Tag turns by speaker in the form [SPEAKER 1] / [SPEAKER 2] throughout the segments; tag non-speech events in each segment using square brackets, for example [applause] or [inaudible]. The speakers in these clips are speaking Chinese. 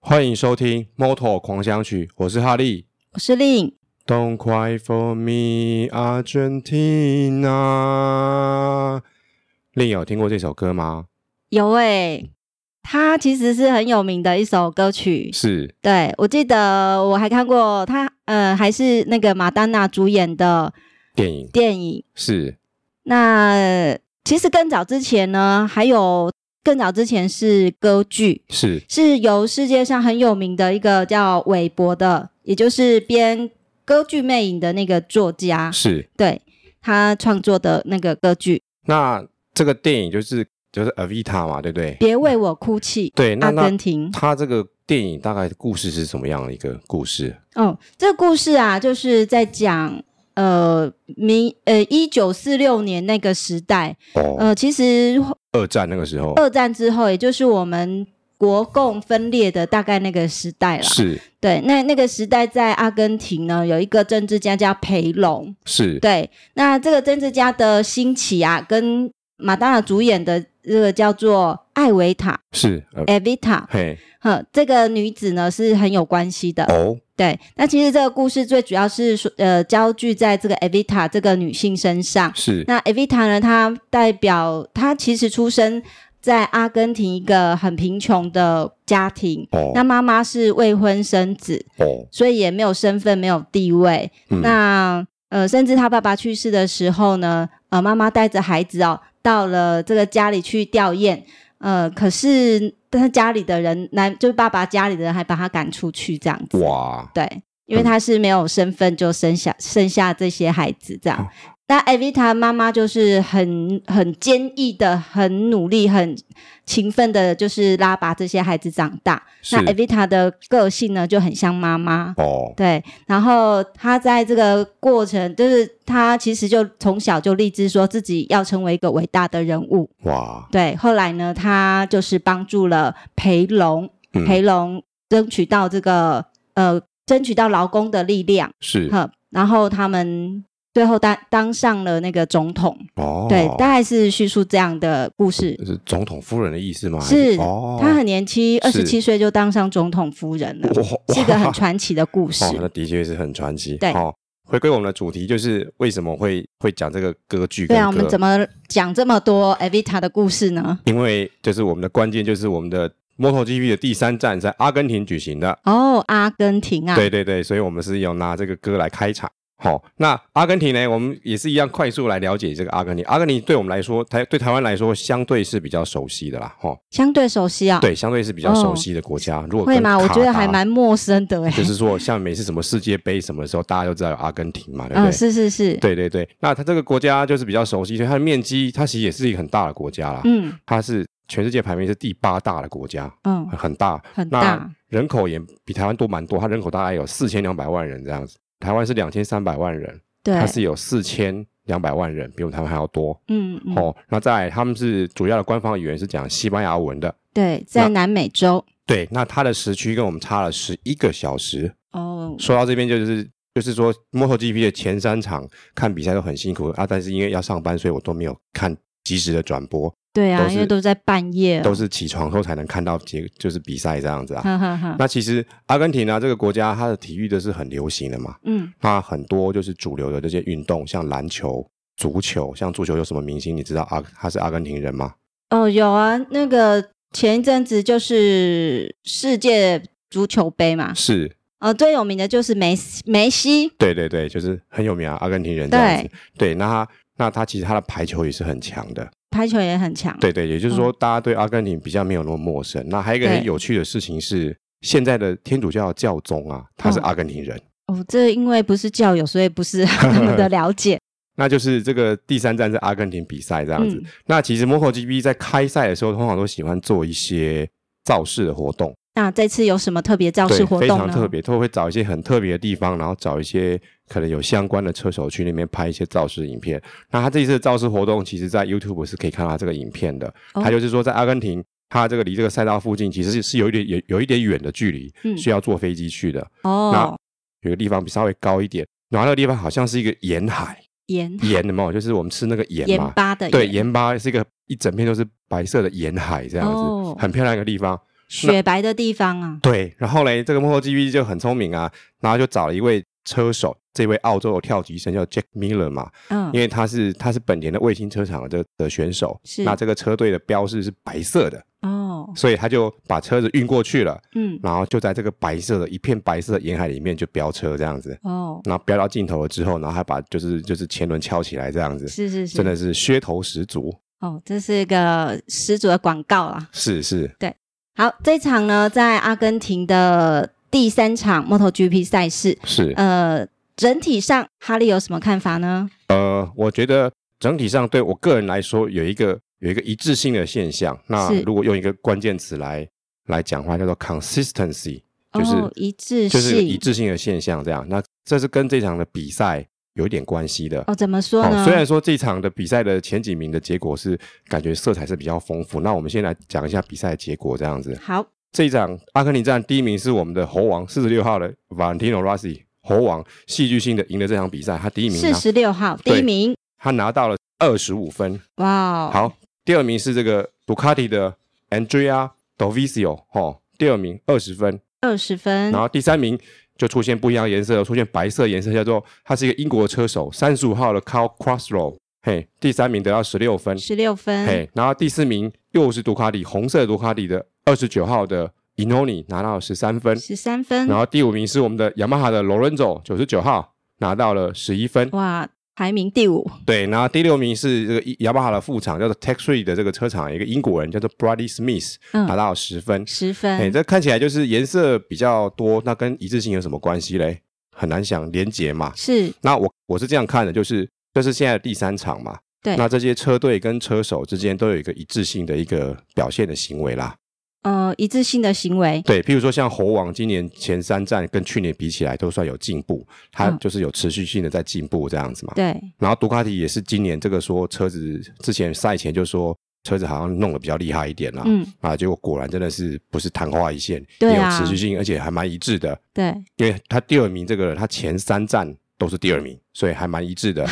[SPEAKER 1] 欢迎收听《Motor 狂想曲》，我是哈利。
[SPEAKER 2] 我是令，
[SPEAKER 1] Don't cry for me, Argentina。令友听过这首歌吗？
[SPEAKER 2] 有诶、它其实是很有名的一首歌曲。
[SPEAKER 1] 是
[SPEAKER 2] 对我记得我还看过它，呃，还是那个马丹娜主演的
[SPEAKER 1] 电影，
[SPEAKER 2] 电影。
[SPEAKER 1] 是
[SPEAKER 2] 那其实更早之前呢，还有更早之前是歌剧，
[SPEAKER 1] 是
[SPEAKER 2] 是由世界上很有名的一个叫韦伯的，也就是编歌剧《魅影》的那个作家，
[SPEAKER 1] 是。
[SPEAKER 2] 对他创作的那个歌剧《
[SPEAKER 1] 那这个电影就是就是 Avita 嘛，对不对？
[SPEAKER 2] 别为我哭泣》。
[SPEAKER 1] 对，那
[SPEAKER 2] 阿
[SPEAKER 1] 那
[SPEAKER 2] 根廷，
[SPEAKER 1] 它这个电影大概故事是什么样的一个故事？
[SPEAKER 2] 哦，这个故事啊，就是在讲呃民呃一九四六年那个时代，
[SPEAKER 1] 哦，
[SPEAKER 2] 呃，其实
[SPEAKER 1] 二战那个时候
[SPEAKER 2] 二战之后，也就是我们国共分裂的大概那个时代啦。
[SPEAKER 1] 是
[SPEAKER 2] 对，那那个时代在阿根廷呢，有一个政治家叫培隆。
[SPEAKER 1] 是
[SPEAKER 2] 对，那这个政治家的兴起啊，跟马当娜主演的这个叫做艾维塔
[SPEAKER 1] 是，呃
[SPEAKER 2] （Evita）
[SPEAKER 1] 嘿，
[SPEAKER 2] 呵，这个女子呢是很有关系的。
[SPEAKER 1] 哦，
[SPEAKER 2] 对，那其实这个故事最主要是说，呃，焦聚在这个 Evita 这个女性身上。
[SPEAKER 1] 是
[SPEAKER 2] 那 Evita 呢，她代表她其实出生在阿根廷一个很贫穷的家庭，
[SPEAKER 1] 哦
[SPEAKER 2] 那妈妈是未婚生子，
[SPEAKER 1] 哦，
[SPEAKER 2] 所以也没有身份，没有地位。
[SPEAKER 1] 嗯
[SPEAKER 2] 那呃，甚至她爸爸去世的时候呢，呃，妈妈带着孩子哦，到了这个家里去吊唁。呃，可是他家里的人，男就是爸爸家里的人，还把他赶出去这样子。
[SPEAKER 1] 哇，
[SPEAKER 2] 对，因为他是没有身份就生下生下这些孩子这样。那艾维塔妈妈就是很很坚毅的、很努力、很勤奋的，就是拉拔这些孩子长大。
[SPEAKER 1] 是
[SPEAKER 2] 那艾维塔的个性呢，就很像妈妈。
[SPEAKER 1] 哦，
[SPEAKER 2] 对，然后她在这个过程，就是她其实就从小就立志说自己要成为一个伟大的人物。
[SPEAKER 1] 哇，
[SPEAKER 2] 对，后来呢，她就是帮助了培龙，
[SPEAKER 1] 嗯
[SPEAKER 2] 培龙争取到这个呃，争取到劳工的力量，
[SPEAKER 1] 是
[SPEAKER 2] 呵，然后他们最后当当上了那个总统，
[SPEAKER 1] 哦，
[SPEAKER 2] 对，大概是叙述这样的故事。
[SPEAKER 1] 是总统夫人的意思吗？还
[SPEAKER 2] 是
[SPEAKER 1] 哦，
[SPEAKER 2] 她很年轻，二
[SPEAKER 1] 是
[SPEAKER 2] 十七岁就当上总统夫人了，
[SPEAKER 1] 哇哇
[SPEAKER 2] 是一个很传奇的故事。
[SPEAKER 1] 哦，那的确是很传奇。
[SPEAKER 2] 对
[SPEAKER 1] 哦，回归我们的主题，就是为什么会会讲这个歌剧跟
[SPEAKER 2] 对
[SPEAKER 1] 歌？
[SPEAKER 2] 啊，我们怎么讲这么多 Evita 的故事呢？
[SPEAKER 1] 因为就是我们的关键就是我们的 MotoGP 的第三站在阿根廷举行的，
[SPEAKER 2] 哦，阿根廷啊，
[SPEAKER 1] 对对对，所以我们是有拿这个歌来开场。好、那阿根廷呢，我们也是一样快速来了解这个阿根廷。阿根廷对我们来说，台对台湾来说，相对是比较熟悉的啦，哈、哦，
[SPEAKER 2] 相对熟悉啊、，
[SPEAKER 1] 对，相对是比较熟悉的国家。如果
[SPEAKER 2] 会
[SPEAKER 1] 跟
[SPEAKER 2] 吗？我
[SPEAKER 1] 卡
[SPEAKER 2] 觉得
[SPEAKER 1] 达
[SPEAKER 2] 还蛮陌生的哎、
[SPEAKER 1] 就是说，像每次什么世界杯什么时候，大家都知道有阿根廷嘛，对不对？
[SPEAKER 2] 嗯，是是是，
[SPEAKER 1] 对对对，那它这个国家就是比较熟悉，所以它的面积，它其实也是一个很大的国家啦。
[SPEAKER 2] 嗯
[SPEAKER 1] 它是全世界排名是第八大的国家，
[SPEAKER 2] 嗯，
[SPEAKER 1] 很大，
[SPEAKER 2] 很
[SPEAKER 1] 那
[SPEAKER 2] 大，
[SPEAKER 1] 人口也比台湾多蛮多，它人口大概有四千两百万人这样子，台湾是两千三百万人，
[SPEAKER 2] 对，
[SPEAKER 1] 它是有四千两百万人，比我们台湾还要多。
[SPEAKER 2] 嗯嗯，
[SPEAKER 1] 哦，那在他们是主要的官方语言是讲西班牙文的，
[SPEAKER 2] 对，
[SPEAKER 1] 那
[SPEAKER 2] 在南美洲
[SPEAKER 1] 对，那它的时区跟我们差了十一个小时，
[SPEAKER 2] 哦，
[SPEAKER 1] 说到这边就是就是说，MotoGP 的前三场看比赛都很辛苦啊，但是因为要上班，所以我都没有看及时的转播，
[SPEAKER 2] 对
[SPEAKER 1] 都
[SPEAKER 2] 啊，
[SPEAKER 1] 是
[SPEAKER 2] 因为都在半夜了，
[SPEAKER 1] 都是起床后才能看到结就是比赛这样子啊。
[SPEAKER 2] 哈哈哈，
[SPEAKER 1] 那其实阿根廷啊这个国家，它的体育的是很流行的嘛，
[SPEAKER 2] 嗯，
[SPEAKER 1] 那很多就是主流的这些运动，像篮球、足球，像足球有什么明星？你知道阿他是阿根廷人吗？
[SPEAKER 2] 哦，有啊，那个前一阵子就是世界足球杯嘛，
[SPEAKER 1] 是，
[SPEAKER 2] 呃，最有名的就是梅西，梅西，
[SPEAKER 1] 对对对，就是很有名啊，阿根廷人这样子。对，那他那他其实他的排球也是很强的。
[SPEAKER 2] 排球也很强，，
[SPEAKER 1] 对对，也就是说，大家对阿根廷比较没有那么陌生。那还有一个
[SPEAKER 2] 嗯对
[SPEAKER 1] 很有趣的事情是，现在的天主教教宗啊，他是
[SPEAKER 2] 嗯
[SPEAKER 1] 阿根廷人。
[SPEAKER 2] 哦，这因为不是教友，所以不是 [laughs] 那么的了
[SPEAKER 1] [laughs]
[SPEAKER 2] 解，
[SPEAKER 1] 那就是这个第三站是阿根廷比赛这样子。
[SPEAKER 2] 嗯
[SPEAKER 1] 那其实 MotoGP 在开赛的时候，通常都喜欢做一些造势的活动，
[SPEAKER 2] 那这次有什么特别造势
[SPEAKER 1] 对，
[SPEAKER 2] 活
[SPEAKER 1] 非
[SPEAKER 2] 动
[SPEAKER 1] 常
[SPEAKER 2] 呢？
[SPEAKER 1] 特别，都会找一些很特别的地方，然后找一些可能有相关的车手去那边拍一些造势影片。那他这一次的造势活动，其实在 YouTube 是可以看到这个影片的。
[SPEAKER 2] 哦
[SPEAKER 1] 他就是说，在阿根廷，他这个离这个赛道附近其实是是有一点有有一点远的距离，
[SPEAKER 2] 嗯
[SPEAKER 1] 需要坐飞机去的。
[SPEAKER 2] 哦，
[SPEAKER 1] 有个地方比稍微高一点，然后那个地方好像是一个沿海，
[SPEAKER 2] 盐
[SPEAKER 1] 盐的嘛，就是我们吃那个盐
[SPEAKER 2] 盐
[SPEAKER 1] 嘛，
[SPEAKER 2] 巴的
[SPEAKER 1] 对，
[SPEAKER 2] 盐
[SPEAKER 1] 盐巴是一个一整片都是白色的沿海这样子，
[SPEAKER 2] 哦
[SPEAKER 1] 很漂亮一个地方。
[SPEAKER 2] 雪白的地方啊，
[SPEAKER 1] 对，然后嘞，这个 MotoGP 就很聪明啊，然后就找了一位车手，这位澳洲的跳级生叫 Jack Miller 嘛，
[SPEAKER 2] 嗯
[SPEAKER 1] 因，为他是他是本田的卫星车厂的这的选手，
[SPEAKER 2] 是
[SPEAKER 1] 那这个车队的标示是白色的，
[SPEAKER 2] 哦，
[SPEAKER 1] 所以他就把车子运过去了，
[SPEAKER 2] 嗯，
[SPEAKER 1] 然后就在这个白色的一片白色的沿海里面就飙车这样子，
[SPEAKER 2] 哦，
[SPEAKER 1] 然后飙到尽头了之后，然后还把就是就是前轮翘起来这样子，
[SPEAKER 2] 是是是，
[SPEAKER 1] 真的是噱头十足，
[SPEAKER 2] 哦，这是一个十足的广告啦。
[SPEAKER 1] 是是，
[SPEAKER 2] 好，这场呢，在阿根廷的第三场 MotoGP 赛事，
[SPEAKER 1] 是，
[SPEAKER 2] 呃，整体上哈利有什么看法呢？
[SPEAKER 1] 呃，我觉得整体上对我个人来说有一个有一个一致性的现象。那
[SPEAKER 2] 是
[SPEAKER 1] 如果用一个关键词来来讲的话，叫做 consistency，就是、
[SPEAKER 2] 哦，一致性，
[SPEAKER 1] 就是一致性的现象。这样，那这是跟这场的比赛有一点关系的。
[SPEAKER 2] 哦，怎么说呢？
[SPEAKER 1] 虽然说这场的比赛的前几名的结果是感觉色彩是比较丰富，那我们先来讲一下比赛的结果这样子。
[SPEAKER 2] 好，
[SPEAKER 1] 这一场阿根廷站第一名是我们的猴王四十六号的 Valentino Rossi，猴王戏剧性的赢了这场比赛，他第一名
[SPEAKER 2] 四
[SPEAKER 1] 拿
[SPEAKER 2] 十六号第
[SPEAKER 1] 对
[SPEAKER 2] 一名，
[SPEAKER 1] 他拿到了二十五分。
[SPEAKER 2] 哇，，哦
[SPEAKER 1] 好，第二名是这个杜卡迪的 Andrea Dovizio，哦，第二名二十分。
[SPEAKER 2] 二十分
[SPEAKER 1] 然，后第三名就出现不一样的颜色了，出现白色颜色，叫做他是一个英国的车手，三十五号的 Carl Crossrow，嘿，第三名得到十六分，
[SPEAKER 2] 十六分，
[SPEAKER 1] 嘿，然后第四名又是杜卡迪，红色的杜卡迪的二十九号的 Inoni 拿到十三分，
[SPEAKER 2] 十三分
[SPEAKER 1] 然，后第五名是我们的雅马哈的 Lorenzo 九十九号拿到了十一分，
[SPEAKER 2] 哇，排名第五，
[SPEAKER 1] 对，然后第六名是这个雅马哈的副厂，叫做 Tech Three 的这个车厂，一个英国人叫做 Brady Smith，
[SPEAKER 2] 嗯
[SPEAKER 1] 拿到十分。
[SPEAKER 2] 十
[SPEAKER 1] 哎、
[SPEAKER 2] 分，
[SPEAKER 1] 这看起来就是颜色比较多，那跟一致性有什么关系嘞？很难想连结嘛。
[SPEAKER 2] 是
[SPEAKER 1] 那我我是这样看的，就是这是现在的第三场嘛。
[SPEAKER 2] 对
[SPEAKER 1] 那这些车队跟车手之间都有一个一致性的一个表现的行为啦。
[SPEAKER 2] 呃一致性的行为，
[SPEAKER 1] 对，譬如说像猴王今年前三站跟去年比起来都算有进步，它
[SPEAKER 2] 嗯
[SPEAKER 1] 就是有持续性的在进步这样子嘛。
[SPEAKER 2] 对，
[SPEAKER 1] 然后杜卡迪也是今年这个说车子之前赛前就说车子好像弄得比较厉害一点啦，
[SPEAKER 2] 嗯，
[SPEAKER 1] 啊，结果果然真的是不是昙花一现，
[SPEAKER 2] 对
[SPEAKER 1] 也有
[SPEAKER 2] 啊
[SPEAKER 1] 持续性，而且还蛮一致的。
[SPEAKER 2] 对，
[SPEAKER 1] 因为他第二名这个人，他前三站都是第二名，所以还蛮一
[SPEAKER 2] [laughs]
[SPEAKER 1] 致的。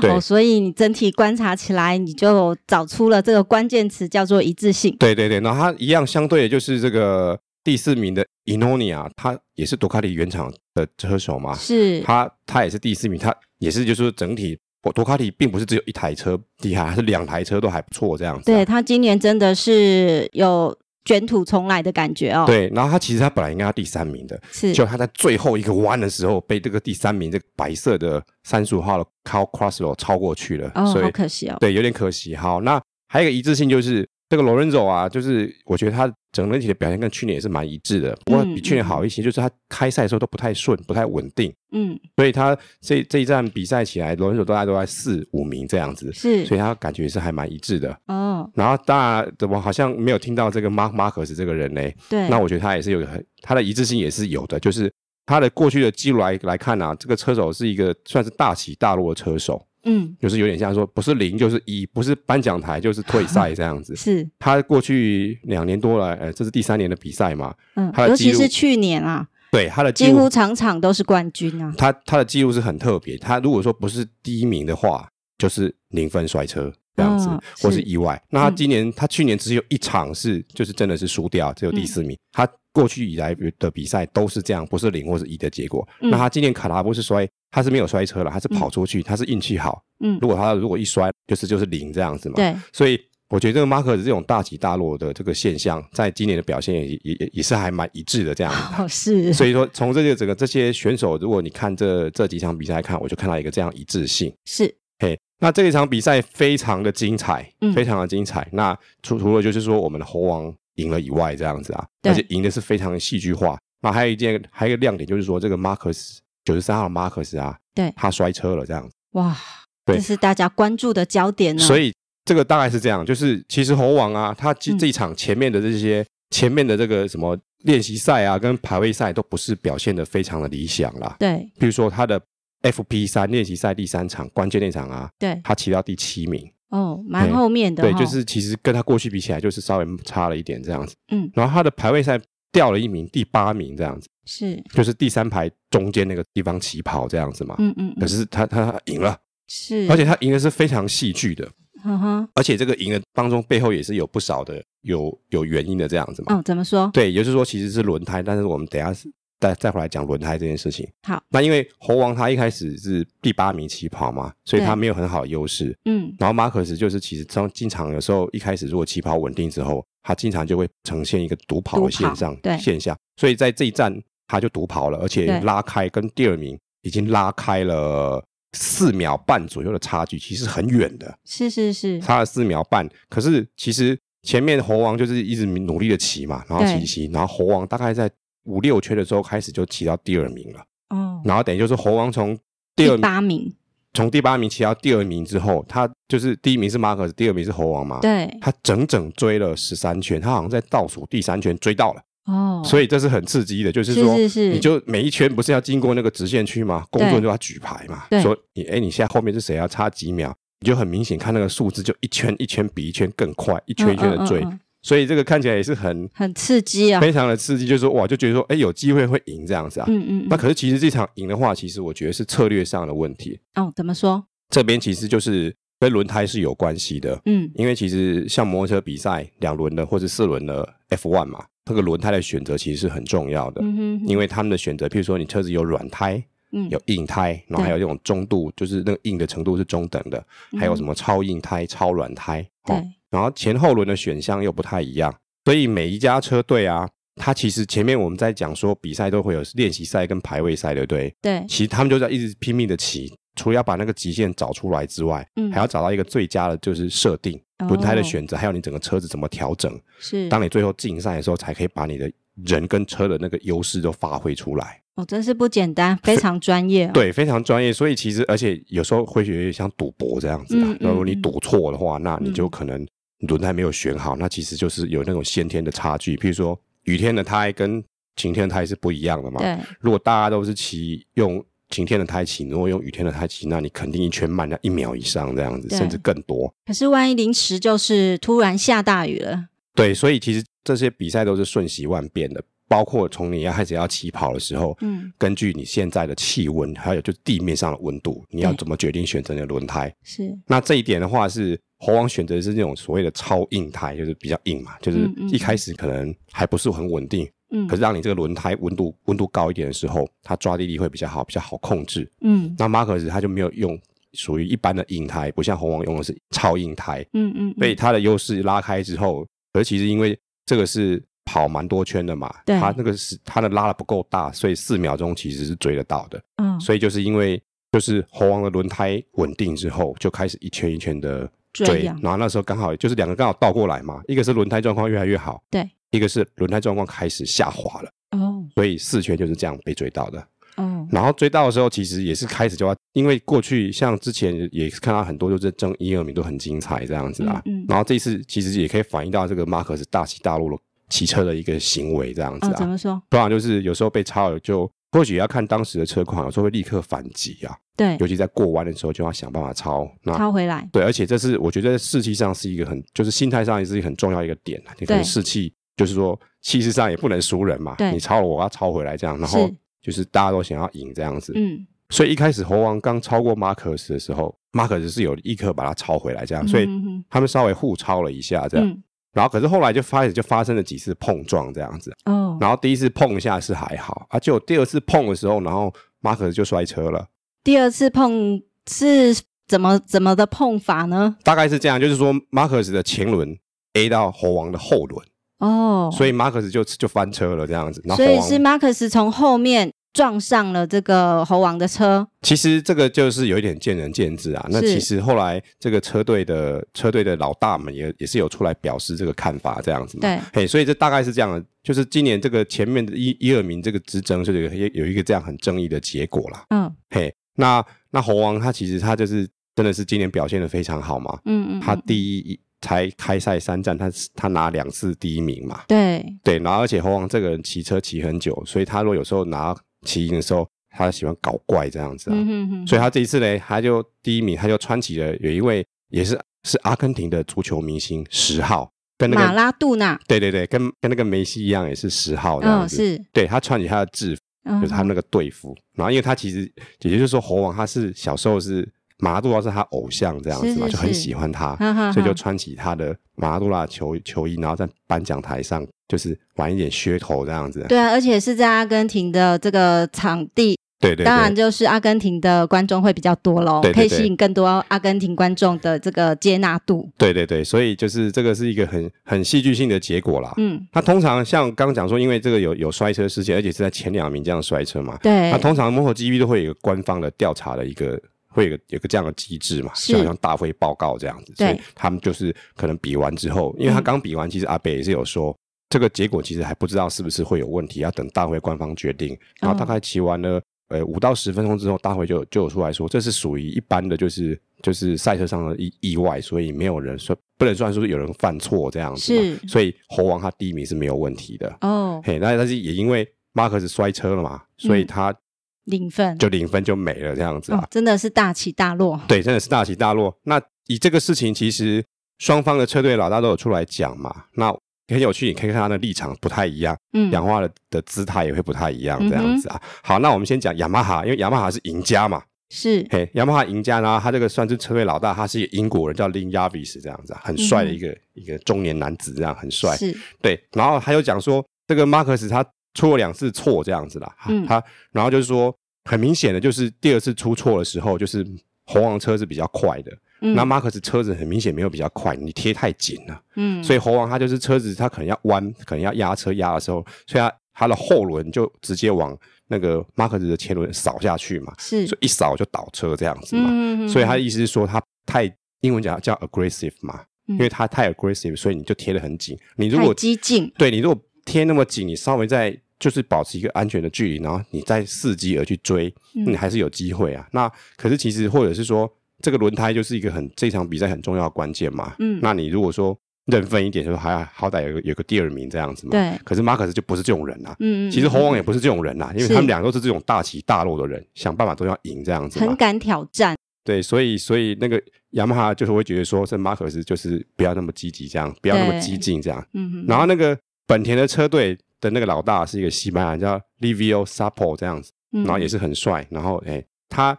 [SPEAKER 1] 对
[SPEAKER 2] 哦，所以你整体观察起来，你就找出了这个关键词叫做一致性，
[SPEAKER 1] 对对对，然后他一样相对的就是这个第四名的 Inonia，他也是杜卡迪原厂的车手嘛，
[SPEAKER 2] 是
[SPEAKER 1] 他他也是第四名，他也是就是说整体。杜卡迪并不是只有一台车厉害，还是两台车都还不错这样子啊、
[SPEAKER 2] 对他今年真的是有卷土重来的感觉哦。，
[SPEAKER 1] 对，然后他其实他本来应该要第三名的，
[SPEAKER 2] 是
[SPEAKER 1] 就他在最后一个弯的时候被这个第三名这个白色的三十五号的 Carl Crossrow 超过去了，
[SPEAKER 2] 哦，
[SPEAKER 1] 所
[SPEAKER 2] 好
[SPEAKER 1] 以
[SPEAKER 2] 可惜哦。
[SPEAKER 1] 对有点可惜。好，那还有一个一致性就是这个 Lorenzo 啊，就是我觉得他整体的表现跟去年也是蛮一致的，
[SPEAKER 2] 嗯
[SPEAKER 1] 不过比去年好一些，就是他开赛的时候都不太顺，不太稳定，
[SPEAKER 2] 嗯，
[SPEAKER 1] 所以他这这一站比赛起来，Lorenzo 大概都在四五名这样子，所
[SPEAKER 2] 是
[SPEAKER 1] 以他感觉是还蛮一致的。
[SPEAKER 2] 哦，
[SPEAKER 1] 然后当然，我好像没有听到这个 Mark Marcus 这个人嘞，
[SPEAKER 2] 对，
[SPEAKER 1] 那我觉得他也是有很他的一致性也是有的，就是他的过去的记录来来看啊，这个车手是一个算是大起大落的车手，
[SPEAKER 2] 嗯
[SPEAKER 1] 就是有点像说不是零就是一，不是颁奖台就是退赛这样子。
[SPEAKER 2] 是
[SPEAKER 1] 他过去两年多来，呃，这是第三年的比赛嘛，
[SPEAKER 2] 嗯
[SPEAKER 1] 他，的
[SPEAKER 2] 尤
[SPEAKER 1] 记
[SPEAKER 2] 其
[SPEAKER 1] 录
[SPEAKER 2] 是去年啊，
[SPEAKER 1] 对他的记
[SPEAKER 2] 几乎
[SPEAKER 1] 录，
[SPEAKER 2] 场场都是冠军啊。
[SPEAKER 1] 他他的记录是很特别。他如果说不是第一名的话，就是零分摔车这样子，
[SPEAKER 2] 哦
[SPEAKER 1] 或是
[SPEAKER 2] 是
[SPEAKER 1] 意外。那他
[SPEAKER 2] 嗯
[SPEAKER 1] 今年、他去年只有一场是就是真的是输掉，只有
[SPEAKER 2] 嗯
[SPEAKER 1] 第四名。他过去以来的比赛都是这样，不是零或是一的结果。
[SPEAKER 2] 嗯
[SPEAKER 1] 那他今年卡拉布是摔，他是没有摔车了，他是跑出去，他是运气好。
[SPEAKER 2] 嗯
[SPEAKER 1] 如，果他如果一摔，就是就是零这样子嘛。
[SPEAKER 2] 对，
[SPEAKER 1] 所以我觉得这个马克这种大起大落的这个现象，在今年的表现也也也也是还蛮一致的这样。
[SPEAKER 2] 哦 [laughs] 是
[SPEAKER 1] 所以说，从这个整个这些选手，如果你看这这几场比赛看，我就看到一个这样一致性。
[SPEAKER 2] 是
[SPEAKER 1] 嘿，那这一场比赛非常的精彩，
[SPEAKER 2] 嗯
[SPEAKER 1] 非常的精彩。那除除了就是说我们的猴王赢了以外，这样子啊，
[SPEAKER 2] 对
[SPEAKER 1] 而且赢的是非常的戏剧化。那还有一件，还有一个亮点就是说，这个马克斯九十三号马克斯啊，
[SPEAKER 2] 对
[SPEAKER 1] 他摔车了这样子。
[SPEAKER 2] 哇，
[SPEAKER 1] 对
[SPEAKER 2] 这是大家关注的焦点呢。
[SPEAKER 1] 所
[SPEAKER 2] 以
[SPEAKER 1] 以这个大概是这样，就是其实猴王啊，他其
[SPEAKER 2] 嗯
[SPEAKER 1] 这一场前面的这些、前面的这个什么练习赛啊，跟排位赛都不是表现的非常的理想啦。
[SPEAKER 2] 对
[SPEAKER 1] 比如说他的 FP 三练习赛第三场关键那场啊，
[SPEAKER 2] 对
[SPEAKER 1] 他骑到第七名，
[SPEAKER 2] 哦，蛮
[SPEAKER 1] 嘿
[SPEAKER 2] 后面的
[SPEAKER 1] 对，
[SPEAKER 2] 哈
[SPEAKER 1] 就是其实跟他过去比起来，就是稍微差了一点这样子。
[SPEAKER 2] 嗯
[SPEAKER 1] 然后他的排位赛掉了一名，第八名这样子，
[SPEAKER 2] 是
[SPEAKER 1] 就是第三排中间那个地方起跑这样子嘛。
[SPEAKER 2] 嗯嗯
[SPEAKER 1] 可
[SPEAKER 2] 嗯
[SPEAKER 1] 是他他他赢了，
[SPEAKER 2] 是，
[SPEAKER 1] 而且他赢的是非常戏剧的，
[SPEAKER 2] 嗯哼，
[SPEAKER 1] 而且这个赢的当中背后也是有不少的有有原因的这样子嘛。
[SPEAKER 2] 哦，怎么
[SPEAKER 1] [laughs]
[SPEAKER 2] 说？
[SPEAKER 1] 对，也就是说其实是轮胎，但是我们等一下是再再回来讲轮胎这件事情。
[SPEAKER 2] 好，
[SPEAKER 1] 那因为猴王他一开始是第八名起跑嘛，所以他
[SPEAKER 2] 对
[SPEAKER 1] 没有很好的优势。
[SPEAKER 2] 嗯，
[SPEAKER 1] 然后马可斯就是其实常经常有时候一开始如果起跑稳定之后，他经常就会呈现一个独跑的现象
[SPEAKER 2] 独跑对
[SPEAKER 1] 现象，所以在这一站他就独跑了，而且
[SPEAKER 2] 对
[SPEAKER 1] 拉开跟第二名已经拉开了四秒半左右的差距，其实很远的。
[SPEAKER 2] 是是是，
[SPEAKER 1] 差了四秒半。可是其实前面猴王就是一直努力的骑嘛，然后
[SPEAKER 2] 对
[SPEAKER 1] 骑骑，然后猴王大概在五六圈的时候开始就骑到第二名了，
[SPEAKER 2] 哦，
[SPEAKER 1] 然后等于就是猴王从第
[SPEAKER 2] 第
[SPEAKER 1] 二名
[SPEAKER 2] 八名，
[SPEAKER 1] 从第八名骑到第二名之后，他就是第一名是马可斯，第二名是猴王嘛。
[SPEAKER 2] 对，
[SPEAKER 1] 他整整追了十三圈，他好像在倒数第三圈追到了，
[SPEAKER 2] 哦，
[SPEAKER 1] 所
[SPEAKER 2] 以
[SPEAKER 1] 以这是很刺激的。就是
[SPEAKER 2] 是
[SPEAKER 1] 说，
[SPEAKER 2] 是是嗯
[SPEAKER 1] 你就每一圈不是要经过那个直线区吗？工作人员就要举牌嘛，
[SPEAKER 2] 对
[SPEAKER 1] 说你哎，你现在后面是谁啊？差几秒？你就很明显看那个数字，就一圈一圈比一圈更快，一圈一圈的追，所以这个看起来也是很
[SPEAKER 2] 嗯很刺激啊，
[SPEAKER 1] 非常的刺激，就是说哇，就觉得说哎，有机会会赢这样子啊。
[SPEAKER 2] 嗯嗯，
[SPEAKER 1] 那
[SPEAKER 2] 嗯
[SPEAKER 1] 可是其实这场赢的话，其实我觉得是策略上的问题，
[SPEAKER 2] 哦，怎么说？
[SPEAKER 1] 这边其实就是跟轮胎是有关系的，
[SPEAKER 2] 嗯，
[SPEAKER 1] 因为其实像摩托车比赛两轮的或者四轮的 F1 嘛，这个轮胎的选择其实是很重要的。
[SPEAKER 2] 嗯哼哼，
[SPEAKER 1] 因为他们的选择，譬如说你车子有软胎、
[SPEAKER 2] 嗯
[SPEAKER 1] 有硬胎，然后还有这种中度，就是那个硬的程度是中等的，还有什么超硬胎、超软胎，哦，
[SPEAKER 2] 嗯对，
[SPEAKER 1] 然后前后轮的选项又不太一样，所以每一家车队啊，它其实前面我们在讲说比赛都会有练习赛跟排位赛，对不对？
[SPEAKER 2] 对，
[SPEAKER 1] 其实他们就在一直拼命的骑，除了要把那个极限找出来之外，
[SPEAKER 2] 嗯哦
[SPEAKER 1] 还要找到一个最佳的就是设定轮胎的选择，还有你整个车子怎么调整。
[SPEAKER 2] 是，
[SPEAKER 1] 当你最后竞赛的时候，才可以把你的人跟车的那个优势都发挥出来。
[SPEAKER 2] 哦，真是不简单，非常专业、哦。，
[SPEAKER 1] 对，非常专业。所以其实，而且有时候会觉得像赌博这样子啊
[SPEAKER 2] 嗯。嗯
[SPEAKER 1] 如果你
[SPEAKER 2] 嗯
[SPEAKER 1] 赌错的话，那你就
[SPEAKER 2] 嗯
[SPEAKER 1] 可能轮胎没有选好，那其实就是有那种先天的差距。譬如说，雨天的胎跟晴天的胎是不一样的嘛。
[SPEAKER 2] 对，
[SPEAKER 1] 如果大家都是骑用晴天的胎骑，如果用雨天的胎骑，那你肯定一圈慢了一秒以上这样子，
[SPEAKER 2] 对
[SPEAKER 1] 甚至更多。
[SPEAKER 2] 可是万一临时就是突然下大雨了，
[SPEAKER 1] 对，所以其实这些比赛都是瞬息万变的，包括从你要开始要起跑的时候，
[SPEAKER 2] 嗯，
[SPEAKER 1] 根据你现在的气温，还有就是地面上的温度，你要
[SPEAKER 2] 对
[SPEAKER 1] 怎么决定选择你的轮胎？
[SPEAKER 2] 是，
[SPEAKER 1] 那这一点的话是。猴王选择的是那种所谓的超硬胎，就是比较硬嘛，就是
[SPEAKER 2] 嗯嗯
[SPEAKER 1] 一开始可能还不是很稳定，
[SPEAKER 2] 嗯，
[SPEAKER 1] 可是让你这个轮胎温度温度高一点的时候，它抓地力会比较好，比较好控制。
[SPEAKER 2] 嗯
[SPEAKER 1] 那马可斯他就没有用属于一般的硬胎，不像猴王用的是超硬胎，
[SPEAKER 2] 嗯嗯，
[SPEAKER 1] 被他的优势拉开之后，而其实因为这个是跑蛮多圈的嘛，
[SPEAKER 2] 对
[SPEAKER 1] 他那个是他的拉的不够大，所以四秒钟其实是追得到的。
[SPEAKER 2] 嗯，
[SPEAKER 1] 所以就是因为就是猴王的轮胎稳定之后，就开始一圈一圈的追，
[SPEAKER 2] 追呀
[SPEAKER 1] 然后那时候刚好就是两个刚好倒过来嘛，一个是轮胎状况越来越好，
[SPEAKER 2] 对，
[SPEAKER 1] 一个是轮胎状况开始下滑了，
[SPEAKER 2] 哦
[SPEAKER 1] 所以四圈就是这样被追到的。
[SPEAKER 2] 哦，
[SPEAKER 1] 嗯然后追到的时候，其实也是开始就要，因为过去像之前也是看到很多就是争一二名都很精彩这样子啦。
[SPEAKER 2] 嗯嗯
[SPEAKER 1] 然后这次其实也可以反映到这个马可是大起大落的骑车的一个行为这样子
[SPEAKER 2] 哦，
[SPEAKER 1] 啊。
[SPEAKER 2] 怎么说？
[SPEAKER 1] 不然就是有时候被超了就。或许也要看当时的车况，有时候会立刻反击啊，
[SPEAKER 2] 对
[SPEAKER 1] 尤，其在过弯的时候就要想办法超。那
[SPEAKER 2] 抄回来，
[SPEAKER 1] 对，而且这是我觉得士气上是一个很，就是心态上也是一个很重要一个点啊。你可能
[SPEAKER 2] 对
[SPEAKER 1] 士气就是说气势上也不能输人嘛，
[SPEAKER 2] 对
[SPEAKER 1] 你超了我要超回来这样，然后
[SPEAKER 2] 是
[SPEAKER 1] 就是大家都想要赢这样子。
[SPEAKER 2] 嗯，
[SPEAKER 1] 所以一开始猴王刚超过马可斯的时候，马可斯是有立刻把他超回来，这样，所以啊
[SPEAKER 2] 嗯哼嗯
[SPEAKER 1] 他们稍微互超了一下，这样。
[SPEAKER 2] 哼
[SPEAKER 1] 然后可是后来就发始就发生了几次碰撞这样子，
[SPEAKER 2] 嗯，哦，
[SPEAKER 1] 然后第一次碰一下是还好，啊，就第二次碰的时候，然后马可斯就摔车了，
[SPEAKER 2] 第二次碰是怎么怎么的碰法呢？
[SPEAKER 1] 大概是这样，就是说马可斯的前轮 A 到猴王的后轮，
[SPEAKER 2] 哦，
[SPEAKER 1] 所以马可斯就就翻车了这样子，然后
[SPEAKER 2] 所
[SPEAKER 1] 猴
[SPEAKER 2] 以
[SPEAKER 1] 王
[SPEAKER 2] 是马克思从后面撞上了这个猴王的车，
[SPEAKER 1] 其实这个就是有一点见仁见智啊。那
[SPEAKER 2] 是
[SPEAKER 1] 其实后来这个车队的车队的老大们也也是有出来表示这个看法，这样子嘛。
[SPEAKER 2] 对
[SPEAKER 1] 嘿，所以这大概是这样的，就是今年这个前面的一一二名这个之争，就有一有一个这样很争议的结果啦。
[SPEAKER 2] 嗯
[SPEAKER 1] 嘿，那那猴王他其实他就是真的是今年表现的非常好嘛，
[SPEAKER 2] 嗯嗯，
[SPEAKER 1] 他
[SPEAKER 2] 嗯
[SPEAKER 1] 第一。才开赛三站，他他拿两次第一名嘛，
[SPEAKER 2] 对
[SPEAKER 1] 对，然后而且猴王这个人骑车骑很久，所以他如果有时候拿骑赢的时候，他喜欢搞怪这样子啊，
[SPEAKER 2] 嗯哼哼，
[SPEAKER 1] 所以他这一次呢，他就第一名，他就穿起了有一位也是是阿根廷的足球明星十号，跟那
[SPEAKER 2] 马
[SPEAKER 1] 个
[SPEAKER 2] 拉杜纳，
[SPEAKER 1] 对对对，跟跟那个梅西一样，也是十号这样
[SPEAKER 2] 嗯
[SPEAKER 1] 子。
[SPEAKER 2] 是，
[SPEAKER 1] 对他穿起他的制服，
[SPEAKER 2] 嗯
[SPEAKER 1] 就是他那个队服。然后，因为他其实也就是说，猴王他是小时候是马杜拉是他偶像这样子嘛，
[SPEAKER 2] 是是
[SPEAKER 1] 就很
[SPEAKER 2] 是嗯
[SPEAKER 1] 喜欢他，
[SPEAKER 2] 哈哈
[SPEAKER 1] 所以就
[SPEAKER 2] 哈
[SPEAKER 1] 穿起他的马杜拉球球衣，然后在颁奖台上就是玩一点噱头这样子。
[SPEAKER 2] 对啊，而且是在阿根廷的这个场地，
[SPEAKER 1] 对对
[SPEAKER 2] 当然
[SPEAKER 1] 对
[SPEAKER 2] 就是阿根廷的观众会比较多喽，
[SPEAKER 1] 对对
[SPEAKER 2] 可以
[SPEAKER 1] 对
[SPEAKER 2] 吸引更多阿根廷观众的这个接纳度。
[SPEAKER 1] 对对对，所以就是这个是一个很很戏剧性的结果啦。
[SPEAKER 2] 嗯，
[SPEAKER 1] 那通常像刚刚讲说，因为这个有有摔车事件，而且是在前两名这样摔车嘛，
[SPEAKER 2] 对
[SPEAKER 1] 那，通常 MotoGP 都会有一个官方的调查的一个，会有一个有个这样的机制嘛，
[SPEAKER 2] 是
[SPEAKER 1] 就好像大会报告这样子。
[SPEAKER 2] 对嗯
[SPEAKER 1] 所以他们就是可能比完之后，因为他刚比完，其实阿北也是有说。这个结果其实还不知道是不是会有问题，要等大会官方决定。然
[SPEAKER 2] 嗯
[SPEAKER 1] 后大概骑完了，呃，五到十分钟之后，大会就就有出来说，这是属于一般的，就是就是赛车上的意意外，所以没有人说不能算说有人犯错这样子嘛。
[SPEAKER 2] 是
[SPEAKER 1] 所以猴王他第一名是没有问题的。
[SPEAKER 2] 哦，
[SPEAKER 1] 嘿，那但是也因为马克斯摔车了嘛，所以
[SPEAKER 2] 嗯
[SPEAKER 1] 他
[SPEAKER 2] 零分，
[SPEAKER 1] 就零分就没了这样子啊。
[SPEAKER 2] 哦真的是大起大落。
[SPEAKER 1] 对，真的是大起大落。那以这个事情，其实双方的车队老大都有出来讲嘛。那很有趣，你可以看他的立场不太一样，
[SPEAKER 2] 嗯，
[SPEAKER 1] 讲话的的姿态也会不太一样这样子啊。好，那我们先讲雅马哈，因为雅马哈是赢家嘛。
[SPEAKER 2] 是
[SPEAKER 1] 嘿，雅马哈赢家，然后他这个算是车队老大，他是一个英国人，叫 Lin Yavis 这样子、啊，很帅的一个、一个中年男子，这样很帅。
[SPEAKER 2] 嗯是，
[SPEAKER 1] 对，然后他又讲说，这个马克思他出了两次错这样子啦，
[SPEAKER 2] 嗯
[SPEAKER 1] 他然后就是说，很明显的就是第二次出错的时候，就是红王车是比较快的，
[SPEAKER 2] 嗯
[SPEAKER 1] 那马克思车子很明显没有比较快，你贴太紧了，
[SPEAKER 2] 嗯，
[SPEAKER 1] 所以
[SPEAKER 2] 以
[SPEAKER 1] 猴王他就是车子他可能要弯，可能要压车压的时候，所以他他的后轮就直接往那个马克思的前轮扫下去嘛，
[SPEAKER 2] 是
[SPEAKER 1] 所以一扫就倒车这样子嘛，
[SPEAKER 2] 嗯，嗯
[SPEAKER 1] 所以他的意思是说他太。英文讲叫 aggressive 嘛，
[SPEAKER 2] 因
[SPEAKER 1] 因为他太 aggressive，所以你就贴得很紧。你如
[SPEAKER 2] 嗯太
[SPEAKER 1] 果
[SPEAKER 2] 激进，
[SPEAKER 1] 对你如果贴那么紧，你稍微再就是保持一个安全的距离，然后你再伺机而去追，
[SPEAKER 2] 嗯
[SPEAKER 1] 你还是有机会啊。那可是其实或者是说，这个轮胎就是一个很这场比赛很重要的关键嘛。
[SPEAKER 2] 嗯
[SPEAKER 1] 那你如果说认分一点，就还好歹有个有个第二名这样子嘛。。
[SPEAKER 2] 对，
[SPEAKER 1] 可是马克思就不是这种人啊。
[SPEAKER 2] 嗯，嗯
[SPEAKER 1] 其实猴王也
[SPEAKER 2] 嗯
[SPEAKER 1] 不是这种人啦、因为
[SPEAKER 2] 是
[SPEAKER 1] 他们俩都是这种大起大落的人，想办法都要赢这样子嘛
[SPEAKER 2] 很。敢挑战，
[SPEAKER 1] 对，所以所以那个雅马哈就是会觉得说，这马克思就是不要那么积极，这样不要那么
[SPEAKER 2] 对
[SPEAKER 1] 激进，这样
[SPEAKER 2] 嗯，嗯
[SPEAKER 1] 然后那个本田的车队的那个老大是一个西班牙人，叫 Livio Sapo 这样子，
[SPEAKER 2] 嗯
[SPEAKER 1] 然后也是很帅，然后哎、他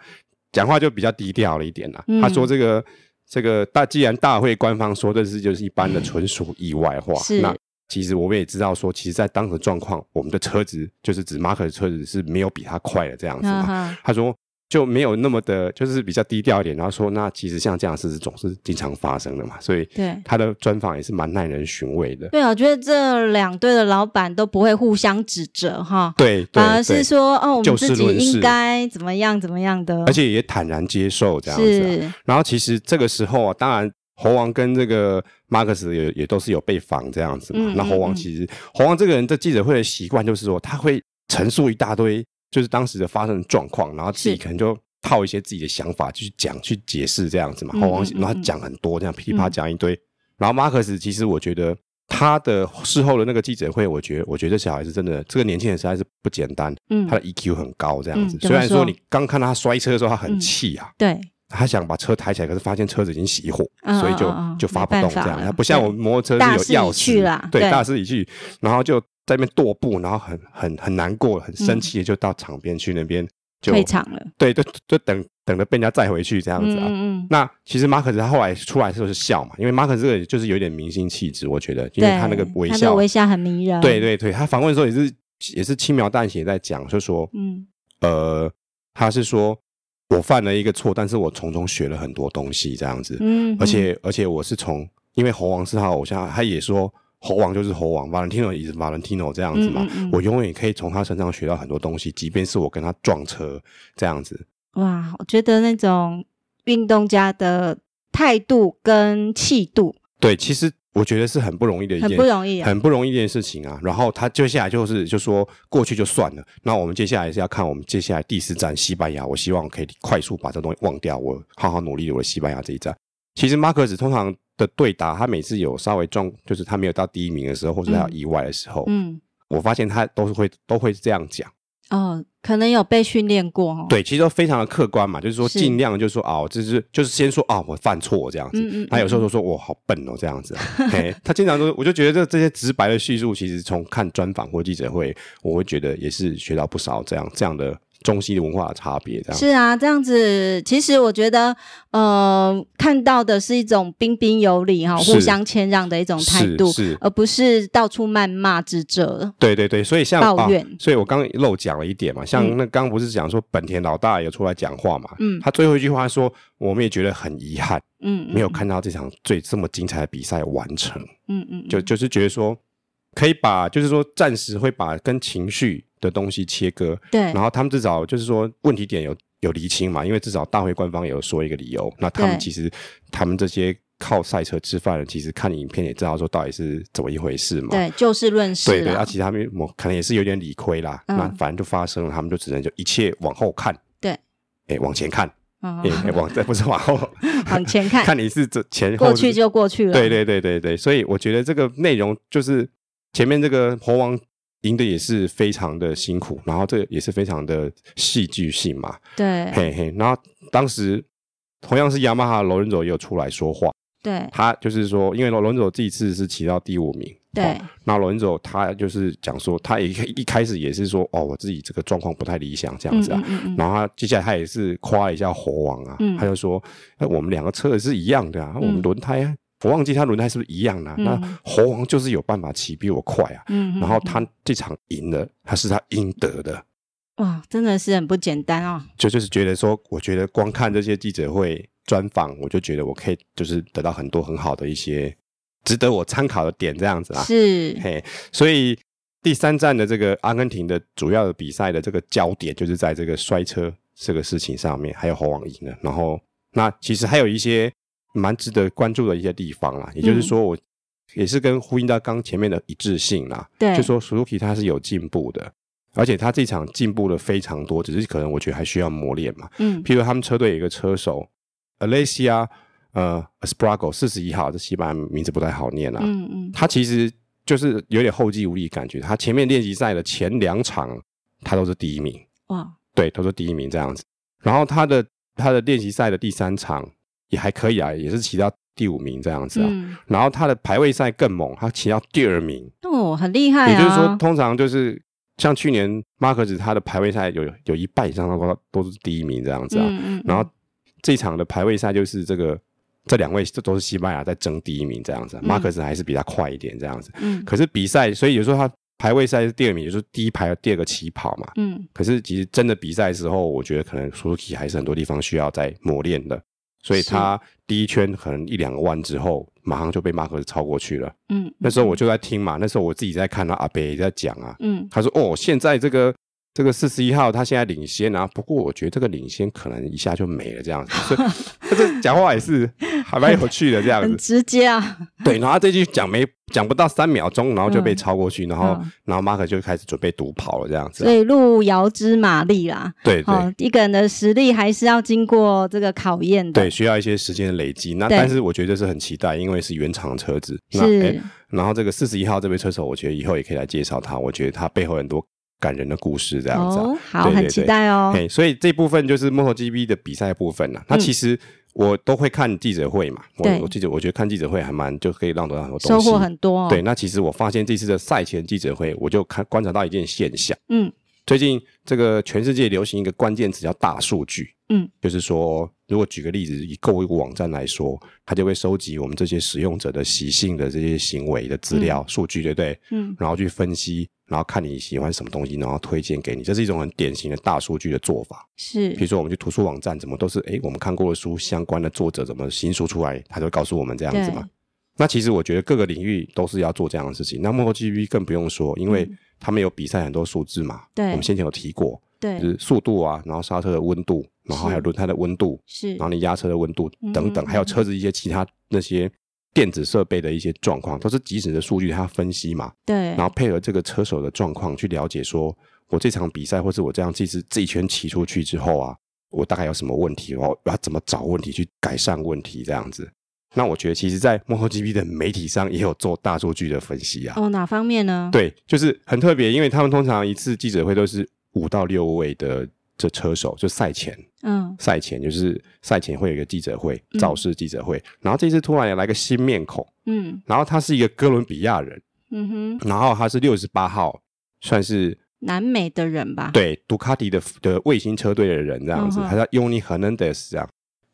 [SPEAKER 1] 讲话就比较低调了一点啦。啊
[SPEAKER 2] 嗯
[SPEAKER 1] 他说这个这个大，既然大会官方说这是就是一般的纯属意外话，
[SPEAKER 2] 是
[SPEAKER 1] 那。其实我们也知道说，其实，在当时的状况，我们的车子就是指马可的车子是没有比他快的这样子嘛。
[SPEAKER 2] 啊哈嗯哈
[SPEAKER 1] 他说就没有那么的，就是比较低调一点。然后说，那其实像这样的事是总是经常发生的嘛，所以
[SPEAKER 2] 对
[SPEAKER 1] 他的专访也是蛮耐人寻味的。
[SPEAKER 2] 对啊，我觉得这两队的老板都不会互相指责哈，
[SPEAKER 1] 对，对
[SPEAKER 2] 反而是
[SPEAKER 1] 对
[SPEAKER 2] 说哦，我
[SPEAKER 1] 就
[SPEAKER 2] 们
[SPEAKER 1] 事
[SPEAKER 2] 自己
[SPEAKER 1] 论事
[SPEAKER 2] 应该怎么样怎么样的，
[SPEAKER 1] 而且也坦然接受这样子啊、
[SPEAKER 2] 是
[SPEAKER 1] 然后其实这个时候啊，当然猴王跟这个马克思也也都是有被访这样子嘛。
[SPEAKER 2] 嗯
[SPEAKER 1] 那
[SPEAKER 2] 嗯
[SPEAKER 1] 猴王
[SPEAKER 2] 嗯
[SPEAKER 1] 其实猴王这个人在记者会的习惯就是说，他会陈述一大堆就是当时的发生的状况，然后自己
[SPEAKER 2] 是
[SPEAKER 1] 可能就。套一些自己的想法去讲、去解释这样子嘛，
[SPEAKER 2] 嗯
[SPEAKER 1] 猴王
[SPEAKER 2] 嗯嗯
[SPEAKER 1] 然后他
[SPEAKER 2] 嗯
[SPEAKER 1] 讲很多，这样噼里啪啦
[SPEAKER 2] 嗯
[SPEAKER 1] 讲一堆。然后马克思其实我觉得他的事后的那个记者会，我觉得我觉得这小孩子真的，这个年轻人实在是不简单，
[SPEAKER 2] 嗯
[SPEAKER 1] 他的 EQ 很高这样子
[SPEAKER 2] 嗯。
[SPEAKER 1] 虽
[SPEAKER 2] 怎么
[SPEAKER 1] 然说
[SPEAKER 2] 说
[SPEAKER 1] 你刚看到他摔车的时候，他很
[SPEAKER 2] 嗯
[SPEAKER 1] 气啊，
[SPEAKER 2] 对
[SPEAKER 1] 他想把车抬起来，可是发现车子已经熄火，
[SPEAKER 2] 嗯
[SPEAKER 1] 所以就
[SPEAKER 2] 嗯嗯
[SPEAKER 1] 就发不动
[SPEAKER 2] 没办
[SPEAKER 1] 这
[SPEAKER 2] 法
[SPEAKER 1] 样。
[SPEAKER 2] 了
[SPEAKER 1] 他不像我们摩托车是有钥
[SPEAKER 2] 大势已去
[SPEAKER 1] 匙
[SPEAKER 2] 啦，
[SPEAKER 1] 对，
[SPEAKER 2] 对
[SPEAKER 1] 大势已去，然后就在那边踱步，然后很很很难过，很生气，就到场边去那边就
[SPEAKER 2] 退场了，
[SPEAKER 1] 对，就就等等着被人家载回去这样子啊。
[SPEAKER 2] 嗯嗯嗯，
[SPEAKER 1] 那其实马可斯他后来出来的时候是笑嘛，因为马可斯这个就是有点明星气质，我觉得，因为他那个
[SPEAKER 2] 对
[SPEAKER 1] 微
[SPEAKER 2] 他的
[SPEAKER 1] 笑，
[SPEAKER 2] 微笑很迷人，
[SPEAKER 1] 对，对对，他访问的时候也是也是轻描淡写在讲，就说
[SPEAKER 2] 嗯
[SPEAKER 1] 呃，他是说我犯了一个错，但是我从中学了很多东西这样子，
[SPEAKER 2] 嗯，
[SPEAKER 1] 而且而且我是从因为猴王是他偶像，他也说猴王就是猴王，Valentino is Valentino 这样子嘛，
[SPEAKER 2] 嗯嗯嗯
[SPEAKER 1] 我永远可以从他身上学到很多东西，即便是我跟他撞车这样子，
[SPEAKER 2] 哇，我觉得那种运动家的态度跟气度
[SPEAKER 1] 对，其实我觉得是很不容易的一
[SPEAKER 2] 很
[SPEAKER 1] 件
[SPEAKER 2] 不。容易啊。
[SPEAKER 1] 很不容易的一件事情啊，然后他接下来就是就说过去就算了，那我们接下来是要看我们接下来第四站西班牙，我希望可以快速把这东西忘掉，我好好努力我的西班牙这一站。其实马克斯通常的对答，他每次有稍微撞，就是他没有到第一名的时候，或者他有
[SPEAKER 2] 嗯
[SPEAKER 1] 意外的时候，
[SPEAKER 2] 嗯，
[SPEAKER 1] 我发现他都是会都会这样讲，
[SPEAKER 2] 哦，可能有被训练过哦。，
[SPEAKER 1] 对，其实都非常的客观嘛，就是说
[SPEAKER 2] 是
[SPEAKER 1] 尽量就是说啊，我就是就是先说啊，我犯错这样子，
[SPEAKER 2] 嗯嗯嗯
[SPEAKER 1] 他有时候就说我好笨哦这样子啊，嘿，他经常都，我就觉得这这些直白的叙述，其实从看专访或记者会，我会觉得也是学到不少这样这样的中西文化的差别，这样
[SPEAKER 2] 是啊，这样子，其实我觉得，呃，看到的是一种彬彬有礼哈、
[SPEAKER 1] 是
[SPEAKER 2] 互相谦让的一种态度，呃
[SPEAKER 1] 是是，
[SPEAKER 2] 而不是到处谩骂指责。
[SPEAKER 1] 对对对，所以像
[SPEAKER 2] 抱怨
[SPEAKER 1] 啊，所以我刚刚漏讲了一点嘛，像
[SPEAKER 2] 嗯
[SPEAKER 1] 那刚刚不是讲说本田老大有出来讲话嘛，
[SPEAKER 2] 嗯
[SPEAKER 1] 他最后一句话说，我们也觉得很遗憾，
[SPEAKER 2] 嗯，嗯
[SPEAKER 1] 没有，看到这场最这么精彩的比赛完成，
[SPEAKER 2] 嗯嗯，嗯
[SPEAKER 1] 就就是觉得说可以把，就是说暂时会把跟情绪的东西切割，
[SPEAKER 2] 对
[SPEAKER 1] 然后他们至少就是说问题点有有厘清嘛，因为至少大会官方有说一个理由，那他们
[SPEAKER 2] 对
[SPEAKER 1] 其实他们这些靠赛车吃饭的，其实看影片也知道说到底是怎么一回事嘛。
[SPEAKER 2] 对，就事论事
[SPEAKER 1] 对对，
[SPEAKER 2] 啦
[SPEAKER 1] 啊，其实他们我可能也是有点理亏啦。
[SPEAKER 2] 嗯
[SPEAKER 1] 那反正就发生了，他们就只能就一切往后看。
[SPEAKER 2] 对，
[SPEAKER 1] 哎，往前看，
[SPEAKER 2] 嗯
[SPEAKER 1] 哎，哎往这 [laughs] 不是往后，
[SPEAKER 2] 往前 [laughs]
[SPEAKER 1] [laughs]
[SPEAKER 2] 看，
[SPEAKER 1] 看你是这前后
[SPEAKER 2] 过
[SPEAKER 1] 是
[SPEAKER 2] 去就过去了。
[SPEAKER 1] 对对对对对，所以我觉得这个内容就是前面这个猴王赢的也是非常的辛苦，然后这个也是非常的戏剧性嘛，
[SPEAKER 2] 对
[SPEAKER 1] 嘿嘿。然后当时同样是雅马哈罗伦佐也有出来说话，
[SPEAKER 2] 对
[SPEAKER 1] 他就是说，因为罗伦佐这一次是骑到第五名，
[SPEAKER 2] 对
[SPEAKER 1] 哦那罗伦佐他就是讲说，他一一开始也是说，哦，我自己这个状况不太理想这样
[SPEAKER 2] 嗯
[SPEAKER 1] 子啊，
[SPEAKER 2] 嗯嗯嗯，
[SPEAKER 1] 然后他接下来他也是夸了一下猴王啊，
[SPEAKER 2] 嗯
[SPEAKER 1] 他就说：“哎，我们两个车是一样的啊，
[SPEAKER 2] 嗯
[SPEAKER 1] 我们轮胎啊，我忘记他轮胎是不是一样的、啊。
[SPEAKER 2] 嗯
[SPEAKER 1] 那猴王就是有办法骑比我快啊。
[SPEAKER 2] 嗯嗯
[SPEAKER 1] 然后他这场赢了，他是他应得的。
[SPEAKER 2] 哇，真的是很不简单哦。
[SPEAKER 1] 就就是觉得说，我觉得光看这些记者会专访，我就觉得我可以就是得到很多很好的一些值得我参考的点这样子啊。
[SPEAKER 2] 是，
[SPEAKER 1] 嘿，所以第三站的这个阿根廷的主要的比赛的这个焦点，就是在这个摔车这个事情上面，还有猴王赢了。然后，那其实还有一些蛮值得关注的一些地方啦，也就是说，我也是跟呼应到刚前面的一致性啦，
[SPEAKER 2] 对，
[SPEAKER 1] 就说 Suzuki 它是有进步的。而且他这场进步了非常多，只是可能我觉得还需要磨练嘛。
[SPEAKER 2] 嗯
[SPEAKER 1] 譬如他们车队有一个车手 Alessia 呃 Esprago 四十一号，这西班牙名字不太好念啊。
[SPEAKER 2] 嗯嗯，
[SPEAKER 1] 他其实就是有点后继无力感觉。他前面练习赛的前两场，他都是第一名，
[SPEAKER 2] 哇，
[SPEAKER 1] 对，都是第一名这样子。然后他的他的练习赛的第三场也还可以啊，也是骑到第五名这样子啊。
[SPEAKER 2] 嗯，
[SPEAKER 1] 然后他的排位赛更猛，他骑到第二名，
[SPEAKER 2] 哦，很厉害啊。
[SPEAKER 1] 也就是说，通常就是像去年马克子他的排位赛有有一半以上都都是第一名这样子啊。
[SPEAKER 2] 嗯嗯，
[SPEAKER 1] 然后这场的排位赛就是这个这两位这都是西班牙在争第一名这样子啊，
[SPEAKER 2] 嗯
[SPEAKER 1] 马克斯还是比他快一点这样子。
[SPEAKER 2] 嗯
[SPEAKER 1] 可是比赛，所以有时候他排位赛是第二名，也就是第一排第二个起跑嘛。
[SPEAKER 2] 嗯
[SPEAKER 1] 可是其实真的比赛的时候，我觉得可能 Suzuki 还是很多地方需要再磨练的，所以
[SPEAKER 2] 是
[SPEAKER 1] 他第一圈可能一两个弯之后，马上就被马克斯超过去了。
[SPEAKER 2] 嗯，
[SPEAKER 1] 那时候我就在听嘛，那时候我自己在看啊，阿北也在讲啊，
[SPEAKER 2] 嗯
[SPEAKER 1] 他说：“哦，现在这个这个四十一号他现在领先啊，不过我觉得这个领先可能一下就没了这样子。所以” [laughs] 他这讲话也是还蛮有趣的这样
[SPEAKER 2] 很
[SPEAKER 1] 子。
[SPEAKER 2] 直接啊， [laughs]
[SPEAKER 1] 对，然后他这句讲没讲不到三秒钟，然后就被
[SPEAKER 2] 嗯
[SPEAKER 1] 超过去，然后、
[SPEAKER 2] 嗯
[SPEAKER 1] 然后马可就开始准备独跑了这样子
[SPEAKER 2] 所
[SPEAKER 1] 啊。
[SPEAKER 2] 以路遥知马力啦。
[SPEAKER 1] 对对。
[SPEAKER 2] 哦，一个人的实力还是要经过这个考验的。
[SPEAKER 1] 对，，需要一些时间的累积。那
[SPEAKER 2] 对
[SPEAKER 1] 但是我觉得是很期待，因为是原厂车子。那哎
[SPEAKER 2] 是
[SPEAKER 1] 诶，然后这个四十一号这位车手，我觉得以后也可以来介绍他。我觉得他背后很多感人的故事，这样子啊、
[SPEAKER 2] 哦，好，
[SPEAKER 1] 对对
[SPEAKER 2] 很期待哦。嗯
[SPEAKER 1] 嘿，所以这部分就是 MotoGP 的比赛部分了。啊那其实我都会看记者会嘛，
[SPEAKER 2] 对
[SPEAKER 1] 我我记者我觉得看记者会还蛮就可以让得到很多
[SPEAKER 2] 收
[SPEAKER 1] 东西。
[SPEAKER 2] 获很多、哦。
[SPEAKER 1] 对，，那其实我发现这次的赛前记者会，我就看观察到一件现象。
[SPEAKER 2] 嗯
[SPEAKER 1] 最近这个全世界流行一个关键词叫大数据，
[SPEAKER 2] 嗯，
[SPEAKER 1] 就是说，如果举个例子，以购物网站来说，它就会收集我们这些使用者的习性的这些行为的资料、数据，对不对？
[SPEAKER 2] 嗯
[SPEAKER 1] 然后去分析，然后看你喜欢什么东西，然后推荐给你，这是一种很典型的大数据的做法。
[SPEAKER 2] 是
[SPEAKER 1] 比如说我们去图书网站，怎么都是诶，我们看过的书相关的作者怎么新书出来，他就会告诉我们这样子嘛。那其实我觉得各个领域都是要做这样的事情。那 MotoGP 更不用说，因为他们有比赛很多数字嘛，
[SPEAKER 2] 对
[SPEAKER 1] 我们先前有提过，就
[SPEAKER 2] 对
[SPEAKER 1] 是速度啊，然后刹车的温度，然后还有
[SPEAKER 2] 是
[SPEAKER 1] 轮胎的温度，
[SPEAKER 2] 是
[SPEAKER 1] 然后你压车的温度等等，
[SPEAKER 2] 嗯
[SPEAKER 1] 还有车子一些其他那些电子设备的一些状况，都是即时的数据，它分析嘛。
[SPEAKER 2] 对
[SPEAKER 1] 然后配合这个车手的状况去了解说，我这场比赛或是我这样这次这一圈骑出去之后啊，我大概有什么问题，然后我要怎么找问题去改善问题这样子。那我觉得其实，在 MotoGP 的媒体上也有做大数据的分析啊，
[SPEAKER 2] 哦哪方面呢？
[SPEAKER 1] 对，就是很特别，因为他们通常一次记者会都是五到六位的这车手，就赛前
[SPEAKER 2] 嗯
[SPEAKER 1] 赛前就是赛前会有一个记者会，造势记者会，然后这次突然也来个新面孔，
[SPEAKER 2] 嗯
[SPEAKER 1] 然后他是一个哥伦比亚人。
[SPEAKER 2] 嗯哼
[SPEAKER 1] 然后他是六十八号，算是
[SPEAKER 2] 南美的人吧？
[SPEAKER 1] 对，杜卡迪的的卫星车队的人这样子，
[SPEAKER 2] 嗯哼
[SPEAKER 1] 他叫 Uni Hernandez 这样。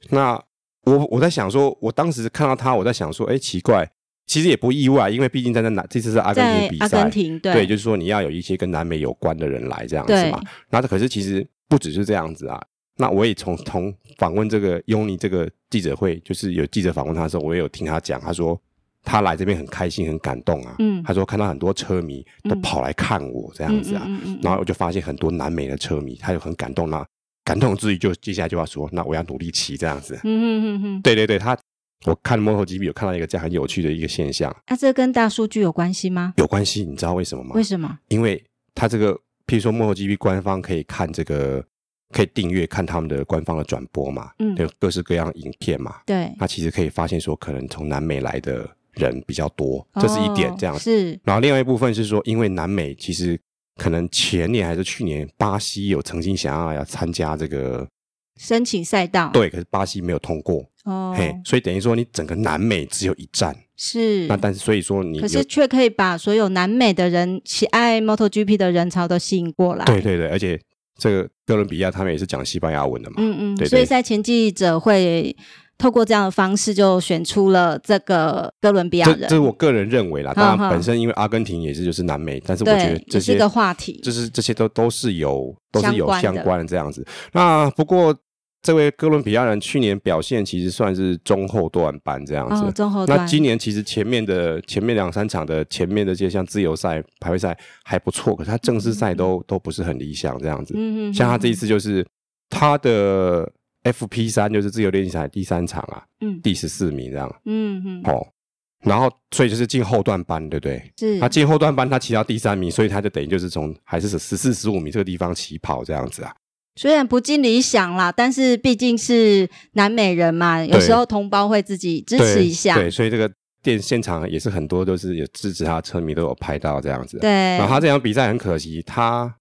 [SPEAKER 1] 那我我在想说，我当时看到他，我在想说，哎，奇怪，其实也不意外，因为毕竟在那南这次是阿根
[SPEAKER 2] 在
[SPEAKER 1] 廷比
[SPEAKER 2] 阿
[SPEAKER 1] 赛
[SPEAKER 2] 根，廷，对
[SPEAKER 1] 对，就是说你要有一些跟南美有关的人来这样子
[SPEAKER 2] 对
[SPEAKER 1] 嘛。那可是其实不只是这样子啊。那我也从从访问这个尤尼这个记者会，就是有记者访问他的时候，我也有听他讲，他说他来这边很开心，很感动啊。
[SPEAKER 2] 嗯
[SPEAKER 1] 他说看到很多车迷都
[SPEAKER 2] 嗯
[SPEAKER 1] 跑来看我这
[SPEAKER 2] 这
[SPEAKER 1] 样子啊。
[SPEAKER 2] 嗯嗯嗯嗯
[SPEAKER 1] 然后我就发现很多南美的车迷，他就很感动啦、感动之余就接下来就要说，那我要努力骑这样子。
[SPEAKER 2] 嗯嗯嗯嗯，
[SPEAKER 1] 对对对，他我看 MotoGP 有看到一个这样很有趣的一个现象，
[SPEAKER 2] 那、啊这跟大数据有关系吗？
[SPEAKER 1] 有关系，你知道为什么吗
[SPEAKER 2] 为？什么？
[SPEAKER 1] 因为他这个，譬如说 MotoGP 官方可以看这个，可以订阅看他们的官方的转播嘛，
[SPEAKER 2] 嗯，
[SPEAKER 1] 有各式各样的影片嘛，
[SPEAKER 2] 对，
[SPEAKER 1] 那其实可以发现说，可能从南美来的人比较多，啊这是一点
[SPEAKER 2] 哦
[SPEAKER 1] 这样子。
[SPEAKER 2] 是
[SPEAKER 1] 然后另外一部分是说，因为南美其实可能前年还是去年，巴西有曾经想要要参加这个，
[SPEAKER 2] 哦申请赛道，，
[SPEAKER 1] 对，可是巴西没有通过，
[SPEAKER 2] 哦，
[SPEAKER 1] 嘿，所以等于说你整个南美只有一站，
[SPEAKER 2] 是
[SPEAKER 1] 那。但是所以说你
[SPEAKER 2] 可
[SPEAKER 1] 有
[SPEAKER 2] 是却可以把所有南美的人喜爱 MotoGP 的人潮都吸引过来。
[SPEAKER 1] 对对对，而且这个哥伦比亚他们也是讲西班牙文的嘛，
[SPEAKER 2] 嗯嗯，
[SPEAKER 1] 对对
[SPEAKER 2] 所以赛前记者会透过这样的方式，就选出了这个哥伦比亚
[SPEAKER 1] 这
[SPEAKER 2] 人，
[SPEAKER 1] 这是我个人认为啦。当
[SPEAKER 2] 嗯
[SPEAKER 1] 然
[SPEAKER 2] 嗯
[SPEAKER 1] 本身因为阿根廷也是就是南美，但是我觉得
[SPEAKER 2] 对，
[SPEAKER 1] 这
[SPEAKER 2] 也
[SPEAKER 1] 些
[SPEAKER 2] 是个话题。
[SPEAKER 1] 就是这些都都是有都是有
[SPEAKER 2] 相关的
[SPEAKER 1] 相关的这样子。那不过这位哥伦比亚人去年表现其实算是中后段班这样子。
[SPEAKER 2] 哦，中后段。
[SPEAKER 1] 那今年其实前面的前面两三场的前面的这些像自由赛、排位赛还不错，可是他正式赛都、都不是很理想这样子。
[SPEAKER 2] 嗯嗯嗯，
[SPEAKER 1] 像他这一
[SPEAKER 2] 次，
[SPEAKER 1] 次就是他的 FP 三就是自由练习赛第三场啊，
[SPEAKER 2] 嗯
[SPEAKER 1] 第十四名这样
[SPEAKER 2] 嗯嗯，
[SPEAKER 1] 哦。然后所以就是进后段班，对不对？
[SPEAKER 2] 是
[SPEAKER 1] 他进后段班，他骑到第三名，所以他就等于就是从还是十四、十五米这个地方起跑这样子啊。
[SPEAKER 2] 虽然不尽理想啦，但是毕竟是南美人嘛，有
[SPEAKER 1] 对
[SPEAKER 2] 时候同胞会自己支持一下。
[SPEAKER 1] 对，所以这个电现场也是很多都是有支持他的车迷都有拍到这样子啊、
[SPEAKER 2] 对，
[SPEAKER 1] 然后他这场比赛很可惜，他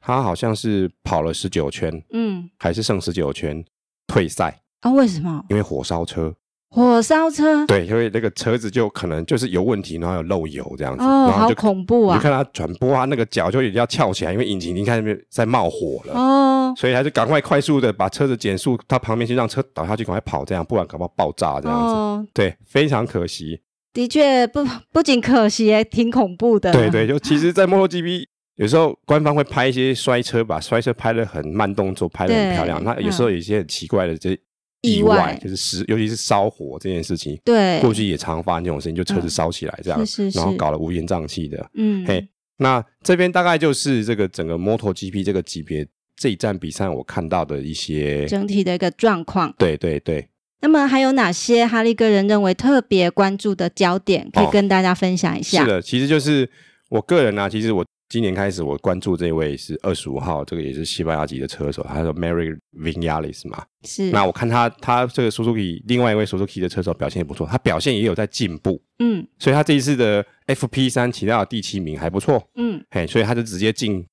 [SPEAKER 1] 他好像是跑了十九圈，
[SPEAKER 2] 嗯
[SPEAKER 1] 还是剩十九圈退赛，
[SPEAKER 2] 啊，为什么
[SPEAKER 1] 因为火烧车。
[SPEAKER 2] 火烧车？
[SPEAKER 1] 对，因为那个车子就可能就是有问题，然后有漏油这样子，
[SPEAKER 2] 哦，
[SPEAKER 1] 然后
[SPEAKER 2] 好
[SPEAKER 1] 就
[SPEAKER 2] 恐怖
[SPEAKER 1] 你
[SPEAKER 2] 啊
[SPEAKER 1] 就！看他转播啊，那个脚就已经要翘起来，因为引擎已经开始在冒火了。
[SPEAKER 2] 哦，
[SPEAKER 1] 所以他就赶快快速的把车子减速，他旁边去让车倒下去，赶快跑，这样不然搞不好爆炸这样子。
[SPEAKER 2] 哦，
[SPEAKER 1] 对，非常可惜。
[SPEAKER 2] 的确不不仅可惜，还挺恐怖的。
[SPEAKER 1] 对对，就其实，在 MotoGP 有时候官方会拍一些摔车，把摔车拍的很慢动作，拍的很漂亮。
[SPEAKER 2] 对
[SPEAKER 1] 那有时候有一些很奇怪的这意
[SPEAKER 2] 意
[SPEAKER 1] 外，
[SPEAKER 2] 外
[SPEAKER 1] 就是失，尤其是烧火这件事情，
[SPEAKER 2] 对，嗯
[SPEAKER 1] 过去也常发生这种事情，就车子烧起来这样，
[SPEAKER 2] 是是是
[SPEAKER 1] 然后搞得乌烟瘴气的。
[SPEAKER 2] 嗯，
[SPEAKER 1] 嘿，那这边大概就是这个整个 MotoGP 这个级别这一站比赛我看到的一些，
[SPEAKER 2] 整体的一个状况。
[SPEAKER 1] 对对对。
[SPEAKER 2] 那么还有哪些哈利个人认为特别关注的焦点，可以
[SPEAKER 1] 哦
[SPEAKER 2] 跟大家分享一下？
[SPEAKER 1] 是的，其实就是我个人啊，其实我今年开始我关注这位是二十五号，这个也是西班牙籍的车手，他叫 Mary Vinales 嘛。
[SPEAKER 2] 是
[SPEAKER 1] 那我看他他这个 Suzuki 另外一位 Suzuki 的车手表现也不错，他表现也有在进步，
[SPEAKER 2] 嗯
[SPEAKER 1] 所以他这一次的 FP 三骑到第七名还不错，
[SPEAKER 2] 嗯
[SPEAKER 1] 嘿，所以他就直接进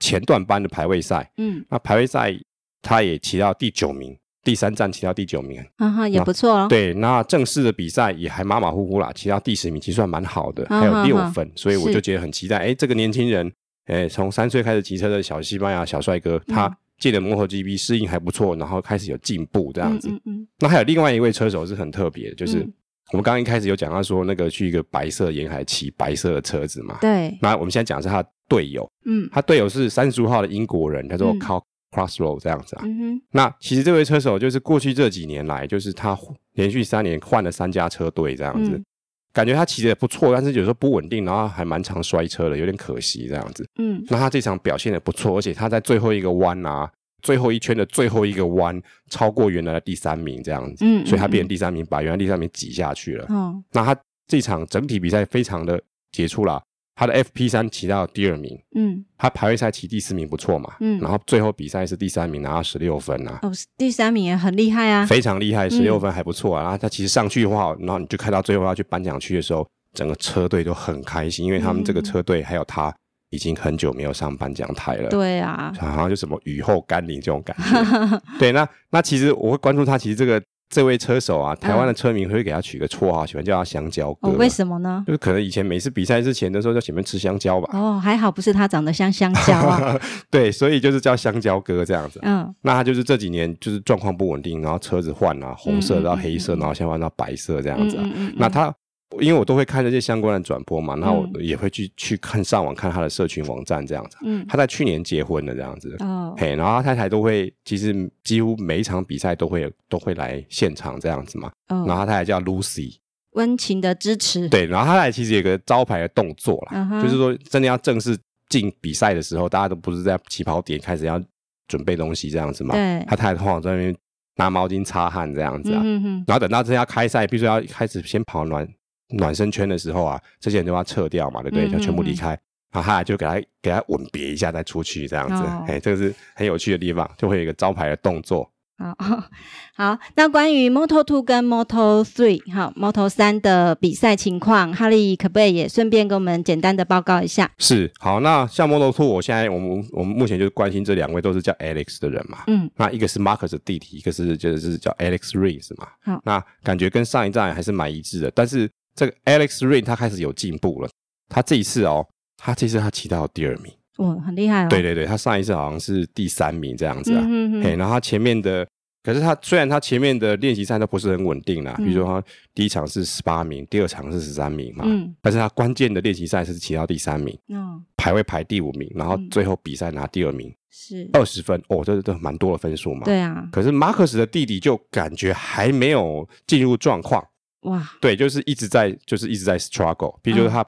[SPEAKER 1] 前段班的排位赛。
[SPEAKER 2] 嗯，
[SPEAKER 1] 那排位赛他也骑到第九名，第三站骑到第九名。
[SPEAKER 2] 哈哈，也不错哦。
[SPEAKER 1] 对，那正式的比赛也还马马虎虎啦，骑到第十名其实算蛮好的，
[SPEAKER 2] 嗯
[SPEAKER 1] 还有
[SPEAKER 2] 哼
[SPEAKER 1] 六
[SPEAKER 2] 哼
[SPEAKER 1] 分，所以我
[SPEAKER 2] 是
[SPEAKER 1] 就觉得很期待。哎，这个年轻人，哎，从三岁开始骑车的小西班牙小帅哥，他
[SPEAKER 2] 嗯
[SPEAKER 1] 借了摩托 GP 适应还不错，然后开始有进步这
[SPEAKER 2] 这
[SPEAKER 1] 样子。
[SPEAKER 2] 嗯嗯
[SPEAKER 1] 那还有另外一位车手是很特别的，就是
[SPEAKER 2] 嗯
[SPEAKER 1] 我们刚刚一开始有讲到说，那个去一个白色沿海骑白色的车子嘛
[SPEAKER 2] 嗯，。对，
[SPEAKER 1] 那我们现在讲的是他的队友，
[SPEAKER 2] 嗯
[SPEAKER 1] 他队友是三十五号的英国人，叫做
[SPEAKER 2] 嗯
[SPEAKER 1] Carl Crossroad 这样子啊。
[SPEAKER 2] 嗯哼，
[SPEAKER 1] 那其实这位车手就是过去这几年来，就是他连续三年换了三家车队这样子，
[SPEAKER 2] 嗯
[SPEAKER 1] 感觉他骑的不错，但是有时候不稳定，然后还蛮常摔车的，有点可惜这样子。
[SPEAKER 2] 嗯
[SPEAKER 1] 那他这场表现的不错，而且他在最后一个弯啊，最后一圈的最后一个弯超过原来的第三名这样子，
[SPEAKER 2] 嗯
[SPEAKER 1] 所以他
[SPEAKER 2] 嗯
[SPEAKER 1] 变成第三名，把原来第三名挤下去了。
[SPEAKER 2] 哦，
[SPEAKER 1] 那他这场整体比赛非常的杰出啦，他的 FP 三骑到第二名，
[SPEAKER 2] 嗯
[SPEAKER 1] 他排位赛骑第四名不错嘛，
[SPEAKER 2] 嗯
[SPEAKER 1] 然后最后比赛是第三名拿到十六分啊。
[SPEAKER 2] 哦，第三名也很厉害啊。
[SPEAKER 1] 非常厉害，十六
[SPEAKER 2] 嗯
[SPEAKER 1] 分还不错啊。然后他其实上去的话，然后你就看到最后要去颁奖区的时候，整个车队都很开心，因为他们这个
[SPEAKER 2] 嗯
[SPEAKER 1] 车队还有他已经很久没有上颁奖台了。。
[SPEAKER 2] 对啊，
[SPEAKER 1] [laughs] 好像就什么雨后甘霖这种感觉，对。那那其实我会关注他，其实这个这位车手啊，台湾的车迷会给他取个绰号，喜欢叫他香蕉哥
[SPEAKER 2] 嗯哦，
[SPEAKER 1] 嘛。
[SPEAKER 2] 为什么呢？
[SPEAKER 1] 就是可能以前每次比赛之前的时候，就前面吃香蕉吧。
[SPEAKER 2] 哦，还好不是他长得像香蕉
[SPEAKER 1] [laughs]
[SPEAKER 2] 啊。
[SPEAKER 1] 对，所以就是叫香蕉哥这样子。
[SPEAKER 2] 嗯，
[SPEAKER 1] 那他就是这几年就是状况不稳定，然后车子换啊，红
[SPEAKER 2] 嗯
[SPEAKER 1] 色到黑色，然后现在换到白色这
[SPEAKER 2] 这
[SPEAKER 1] 样子啊。
[SPEAKER 2] 嗯嗯嗯
[SPEAKER 1] 那他因为我都会看这些相关的转播嘛，那我
[SPEAKER 2] 嗯
[SPEAKER 1] 也会去去看上网看他的社群网站这样子啊。
[SPEAKER 2] 嗯
[SPEAKER 1] 他在去年结婚的这样子，
[SPEAKER 2] 哦
[SPEAKER 1] 嘿，然后他太太都会，其实几乎每一场比赛都会都会来现场这样子嘛。然
[SPEAKER 2] 哦，
[SPEAKER 1] 后他太太叫 Lucy，
[SPEAKER 2] 温情的支持。
[SPEAKER 1] 对，然后他太太其实有个招牌的动作啦，
[SPEAKER 2] 嗯哼
[SPEAKER 1] 就是说真的要正式进比赛的时候，大家都不是在起跑点开始要准备东西这样子嘛。
[SPEAKER 2] 对
[SPEAKER 1] 他太太通常在那边拿毛巾擦汗这样子啊。
[SPEAKER 2] 嗯嗯
[SPEAKER 1] 然后等到真要开赛，必须要开始先跑暖暖身圈的时候啊，这些人就要撤掉嘛，对不对？
[SPEAKER 2] 嗯
[SPEAKER 1] 就全部
[SPEAKER 2] 嗯
[SPEAKER 1] 离
[SPEAKER 2] 嗯
[SPEAKER 1] 开。然后他就给他给他吻别一下，再出去这样子
[SPEAKER 2] 哦，
[SPEAKER 1] 哎、这个是很有趣的地方，就会有一个招牌的动作。
[SPEAKER 2] 好 [laughs] 好，那关于 Moto Two 跟 Moto Three 好 Moto 三的比赛情况，哈利可不可以也顺便给我们简单的报告一下？
[SPEAKER 1] 是好，那像 Model Two，我现在我们我们目前就是关心这两位都是叫 Alex 的人嘛，
[SPEAKER 2] 嗯，
[SPEAKER 1] 那一个是 Marcus 的弟弟，一个是就是叫 Alex Reese 嘛，
[SPEAKER 2] 好
[SPEAKER 1] 那感觉跟上一站还是蛮一致的，但是这个 Alex Reese 他开始有进步了，他这一次哦，他这一次他骑到第二名，
[SPEAKER 2] 哇，很厉害哦。
[SPEAKER 1] 对对对，他上一次好像是第三名这样子啊，
[SPEAKER 2] 嗯哼
[SPEAKER 1] 嘿，
[SPEAKER 2] 哼，
[SPEAKER 1] 然后他前面的，可是他虽然他前面的练习赛都不是很稳定啦，
[SPEAKER 2] 嗯
[SPEAKER 1] 比如说他第一场是十八名，第二场是十三名嘛，
[SPEAKER 2] 嗯
[SPEAKER 1] 但是他关键的练习赛是骑到第三名，
[SPEAKER 2] 哦，
[SPEAKER 1] 排位排第五名，然后
[SPEAKER 2] 嗯
[SPEAKER 1] 最后比赛拿第二名，
[SPEAKER 2] 是，
[SPEAKER 1] 二十分哦，这这蛮多的分数嘛。。
[SPEAKER 2] 对啊，
[SPEAKER 1] 可是马克思的弟弟就感觉还没有进入状况，
[SPEAKER 2] 哇，
[SPEAKER 1] 对，就是一直在就是一直在 struggle，比如说他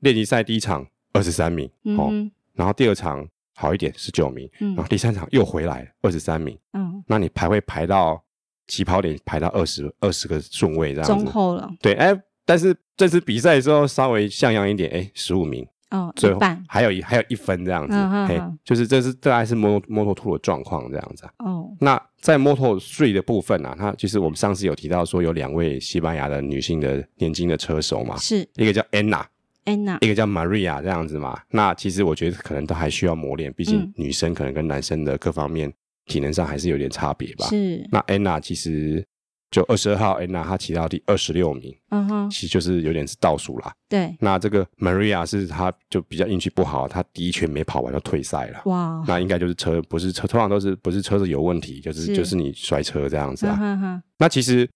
[SPEAKER 1] 练习赛第一场二十三名，
[SPEAKER 2] 嗯
[SPEAKER 1] 哦，
[SPEAKER 2] 哼
[SPEAKER 1] 然后第二场好一点十九名，
[SPEAKER 2] 嗯
[SPEAKER 1] 然后第三场又回来二十三名，
[SPEAKER 2] 嗯，
[SPEAKER 1] 那你排会排到起跑点排到二十二十个顺位这样
[SPEAKER 2] 中
[SPEAKER 1] 子。
[SPEAKER 2] 后了
[SPEAKER 1] 对，哎，但是这次比赛的时候稍微像样一点，哎，十五名，
[SPEAKER 2] 哦，
[SPEAKER 1] 最
[SPEAKER 2] 一
[SPEAKER 1] 后
[SPEAKER 2] 半
[SPEAKER 1] 还有一还有一分这样子，
[SPEAKER 2] 嗯嗯
[SPEAKER 1] 嘿
[SPEAKER 2] 嗯，
[SPEAKER 1] 就是这是大概是摩摩托兔的状况这样子啊。
[SPEAKER 2] 哦，
[SPEAKER 1] 那在 Moto Three 的部分啊，它其实我们上次有提到说有两位西班牙的女性的年轻的车手嘛，
[SPEAKER 2] 是
[SPEAKER 1] 一个叫 Anna，
[SPEAKER 2] 安娜，
[SPEAKER 1] 一个叫 Maria 这样子嘛。那其实我觉得可能都还需要磨练，毕竟
[SPEAKER 2] 嗯
[SPEAKER 1] 女生可能跟男生的各方面体能上还是有点差别吧。
[SPEAKER 2] 是，
[SPEAKER 1] 那 Anna 其实就二十二号 Anna 她骑到第二十六名，
[SPEAKER 2] 嗯哼，
[SPEAKER 1] 其实就是有点是倒数啦。
[SPEAKER 2] 对，
[SPEAKER 1] 那这个 Maria 是她就比较运气不好，她第一圈没跑完就退赛了。
[SPEAKER 2] 哇，
[SPEAKER 1] 那应该就是车不是车，通常都是不是车子有问题，就是
[SPEAKER 2] 是
[SPEAKER 1] 就是你摔车这样子啊。
[SPEAKER 2] 嗯哼哼，
[SPEAKER 1] 那其实，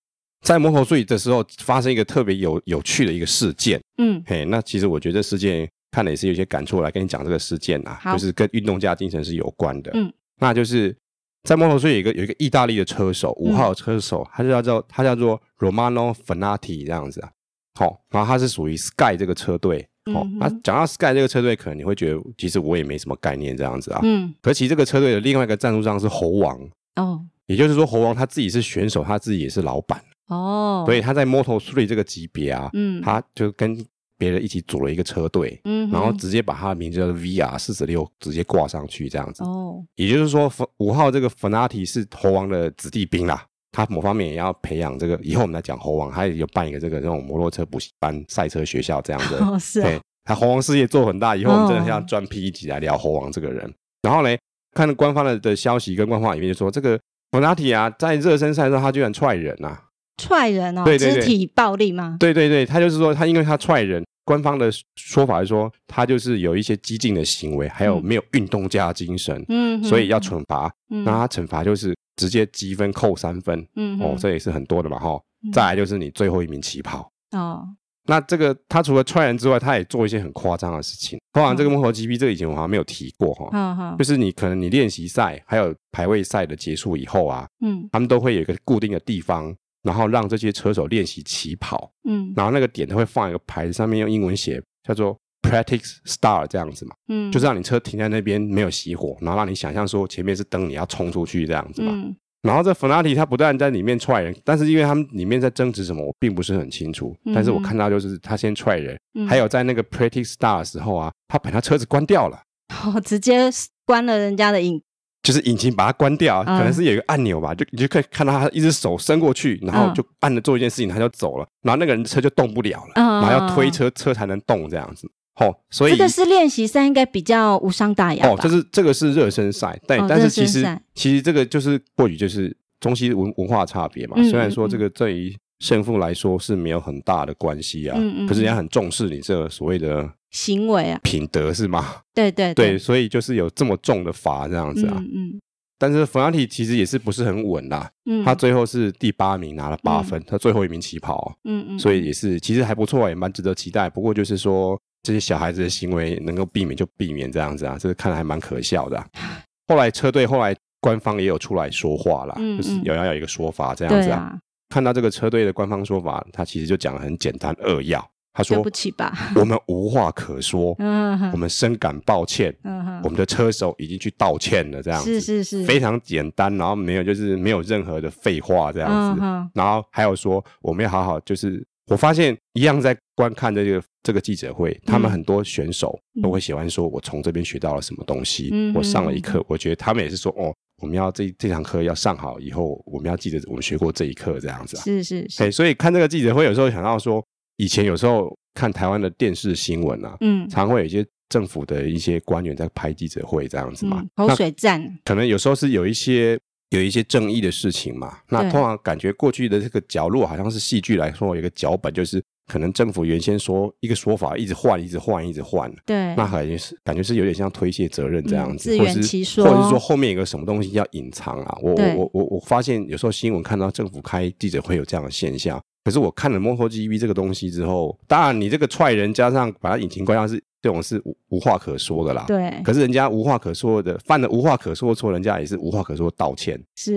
[SPEAKER 1] 在摩托队的时候发生一个特别有有趣的一个事件，
[SPEAKER 2] 嗯，
[SPEAKER 1] 嘿，那其实我觉得这事件看了也是有些感触，我来跟你讲这个事件啊，
[SPEAKER 2] 好
[SPEAKER 1] 就是跟运动家精神是有关的。
[SPEAKER 2] 嗯，
[SPEAKER 1] 那就是在摩托队有一个有一个意大利的车手，五
[SPEAKER 2] 嗯
[SPEAKER 1] 号车手，他就叫做他叫做 Romano Fanati 这样子啊。好、然后他是属于 Sky 这个车队。哦
[SPEAKER 2] 嗯哼，
[SPEAKER 1] 那、讲到 Sky 这个车队，可能你会觉得其实我也没什么概念这样子啊。
[SPEAKER 2] 嗯，
[SPEAKER 1] 可其实这个车队的另外一个赞助商是猴王，
[SPEAKER 2] 哦，
[SPEAKER 1] 也就是说猴王他自己是选手，他自己也是老板，
[SPEAKER 2] 哦，
[SPEAKER 1] 所以，他在 Moto Three 这个级别啊，
[SPEAKER 2] 嗯，
[SPEAKER 1] 他就跟别人一起组了一个车队。
[SPEAKER 2] 嗯哼，
[SPEAKER 1] 然后直接把他的名字叫做 VR 四十六直接挂上去，这样子。
[SPEAKER 2] 哦，
[SPEAKER 1] 也就是说，五号这个 Fanati 是猴王的子弟兵啦，他某方面也要培养这个。以后我们来讲猴王，他也有办一个这个这种摩托车补习班、赛车学校这样的
[SPEAKER 2] 哦， [laughs] 是
[SPEAKER 1] 对
[SPEAKER 2] 哦，，
[SPEAKER 1] 他猴王事业做很大，以后我们真的要
[SPEAKER 2] 哦
[SPEAKER 1] 专批一集来聊猴王这个人。然后呢，看官方的的消息跟官方影片就说，这个 f o n a t i 啊，在热身赛的时候他居然踹人啊！
[SPEAKER 2] 踹人哦，
[SPEAKER 1] 对对
[SPEAKER 2] 肢
[SPEAKER 1] 对
[SPEAKER 2] 体暴力吗？
[SPEAKER 1] 对对对，他就是说他因为他踹人，官方的说法是说他就是有一些激进的行为，还有
[SPEAKER 2] 嗯
[SPEAKER 1] 没有运动家的精神，
[SPEAKER 2] 嗯，
[SPEAKER 1] 所以要惩罚。
[SPEAKER 2] 嗯，
[SPEAKER 1] 那他惩罚就是直接积分扣三分，
[SPEAKER 2] 嗯，嗯
[SPEAKER 1] 哦，这也是很多的嘛哈。
[SPEAKER 2] 嗯
[SPEAKER 1] 再来就是你最后一名起跑。
[SPEAKER 2] 哦，
[SPEAKER 1] 那这个他除了踹人之外，他也做一些很夸张的事情。通常这
[SPEAKER 2] 嗯
[SPEAKER 1] 个 MotoGP 这个以前我好像没有提过哈，
[SPEAKER 2] 好好
[SPEAKER 1] 哦就，是你可能你练习赛还有排位赛的结束以后啊，
[SPEAKER 2] 嗯
[SPEAKER 1] 他们都会有一个固定的地方，然后让这些车手练习起跑，
[SPEAKER 2] 嗯
[SPEAKER 1] 然后那个点他会放一个牌子，上面用英文写叫做 Practice Star 这样子嘛，
[SPEAKER 2] 嗯，
[SPEAKER 1] 就是让你车停在那边没有熄火，然后让你想象说前面是灯，你要冲出去这样子嘛。
[SPEAKER 2] 嗯
[SPEAKER 1] 然后这 f e r n a t i 他不但在里面踹人，但是因为他们里面在争执什么，我并不是很清楚。
[SPEAKER 2] 嗯哼
[SPEAKER 1] 但是我看到就是他先踹人，
[SPEAKER 2] 嗯
[SPEAKER 1] 还有在那个 Pretty Star 的时候啊，他把他车子关掉了，
[SPEAKER 2] 哦，直接关了人家的影，
[SPEAKER 1] 就是引擎把它关掉，啊
[SPEAKER 2] 嗯
[SPEAKER 1] 可能是有一个按钮吧，就你就可以看到他一只手伸过去，然后
[SPEAKER 2] 嗯
[SPEAKER 1] 就按了做一件事情，他就走了，然后那个人车就动不了了，然
[SPEAKER 2] 嗯
[SPEAKER 1] 后要推车车才能动这样子。哦，所以哦
[SPEAKER 2] 这个是练习赛，应该比较无伤大雅吧？
[SPEAKER 1] 哦，这是这个是热身赛，对，
[SPEAKER 2] 哦
[SPEAKER 1] 但是
[SPEAKER 2] 热
[SPEAKER 1] 其
[SPEAKER 2] 身
[SPEAKER 1] 实
[SPEAKER 2] 赛
[SPEAKER 1] 其实这个就是或许就是中西文文化差别嘛，
[SPEAKER 2] 嗯
[SPEAKER 1] 虽然说
[SPEAKER 2] 嗯
[SPEAKER 1] 这个对于胜负来说是没有很大的关系啊，
[SPEAKER 2] 嗯嗯
[SPEAKER 1] 可是人家很重视你这个所谓的
[SPEAKER 2] 行为啊，
[SPEAKER 1] 品德是吗？
[SPEAKER 2] 对对
[SPEAKER 1] 对，，所以就是有这么重的罚这样子啊。
[SPEAKER 2] 嗯嗯
[SPEAKER 1] 但是 f e r r a t i 其实也是不是很稳啦，
[SPEAKER 2] 嗯，
[SPEAKER 1] 他最后是第八名拿了八分，他最后一名起跑哦、
[SPEAKER 2] 嗯嗯，
[SPEAKER 1] 所以也是其实还不错啊，也蛮值得期待。不过就是说这些小孩子的行为能够避免就避免这样子啊，这个看来还蛮可笑的啊、后来车队后来官方也有出来说话啦，
[SPEAKER 2] 嗯
[SPEAKER 1] 就是
[SPEAKER 2] 嗯
[SPEAKER 1] 有要有一个说法这样
[SPEAKER 2] 对
[SPEAKER 1] 子
[SPEAKER 2] 啊，
[SPEAKER 1] 看到这个车队的官方说法，他其实就讲的很简单扼要，他
[SPEAKER 2] 对
[SPEAKER 1] 说
[SPEAKER 2] 不起吧，
[SPEAKER 1] 我们无话可说，
[SPEAKER 2] [laughs] 嗯
[SPEAKER 1] 我
[SPEAKER 2] 哼
[SPEAKER 1] 们深感抱歉，
[SPEAKER 2] 嗯哼
[SPEAKER 1] 我们的车手已经去道歉了，这样子
[SPEAKER 2] 是是是，
[SPEAKER 1] 非常简单，然后没有就是没有任何的废话这
[SPEAKER 2] 这
[SPEAKER 1] 样
[SPEAKER 2] 嗯
[SPEAKER 1] 子，
[SPEAKER 2] 哼
[SPEAKER 1] 然后还有说我们要好好就是。我发现一样在观看这个这个记者会，他们
[SPEAKER 2] 嗯
[SPEAKER 1] 很多选手
[SPEAKER 2] 嗯
[SPEAKER 1] 都会喜欢说：“我从这边学到了什么东西，
[SPEAKER 2] 嗯
[SPEAKER 1] 我上了一
[SPEAKER 2] 嗯
[SPEAKER 1] 课。”我觉得他们也是说：“哦，我们要这这堂课要上好，以后我们要记得我们学过这一课这样子啊。”
[SPEAKER 2] 是是是，
[SPEAKER 1] 哎，所以看这个记者会，有时候想到说，以前有时候看台湾的电视新闻啊，
[SPEAKER 2] 嗯
[SPEAKER 1] 常会有一些政府的一些官员在开记者会这样子嘛
[SPEAKER 2] 嗯，，口水战，
[SPEAKER 1] 可能有时候是有一些有一些正义的事情嘛。那
[SPEAKER 2] 对
[SPEAKER 1] 通常感觉过去的这个角落，好像是戏剧来说有一个脚本，就是可能政府原先说一个说法，一直换，一直换，一直换。
[SPEAKER 2] 对，
[SPEAKER 1] 那感觉是感觉是有点像推卸责任这样子，
[SPEAKER 2] 嗯自
[SPEAKER 1] 或
[SPEAKER 2] 圆
[SPEAKER 1] 是
[SPEAKER 2] 其说
[SPEAKER 1] 或者是说后面有个什么东西要隐藏啊。我
[SPEAKER 2] 对
[SPEAKER 1] 我我我我发现有时候新闻看到政府开记者会有这样的现象，可是我看了 MotoGP 这个东西之后，当然你这个踹人加上把它引擎关掉是这种是无无话可说的啦。
[SPEAKER 2] 对，
[SPEAKER 1] 可是人家无话可说的，犯了无话可说的错，人家也是无话可说道歉，
[SPEAKER 2] 是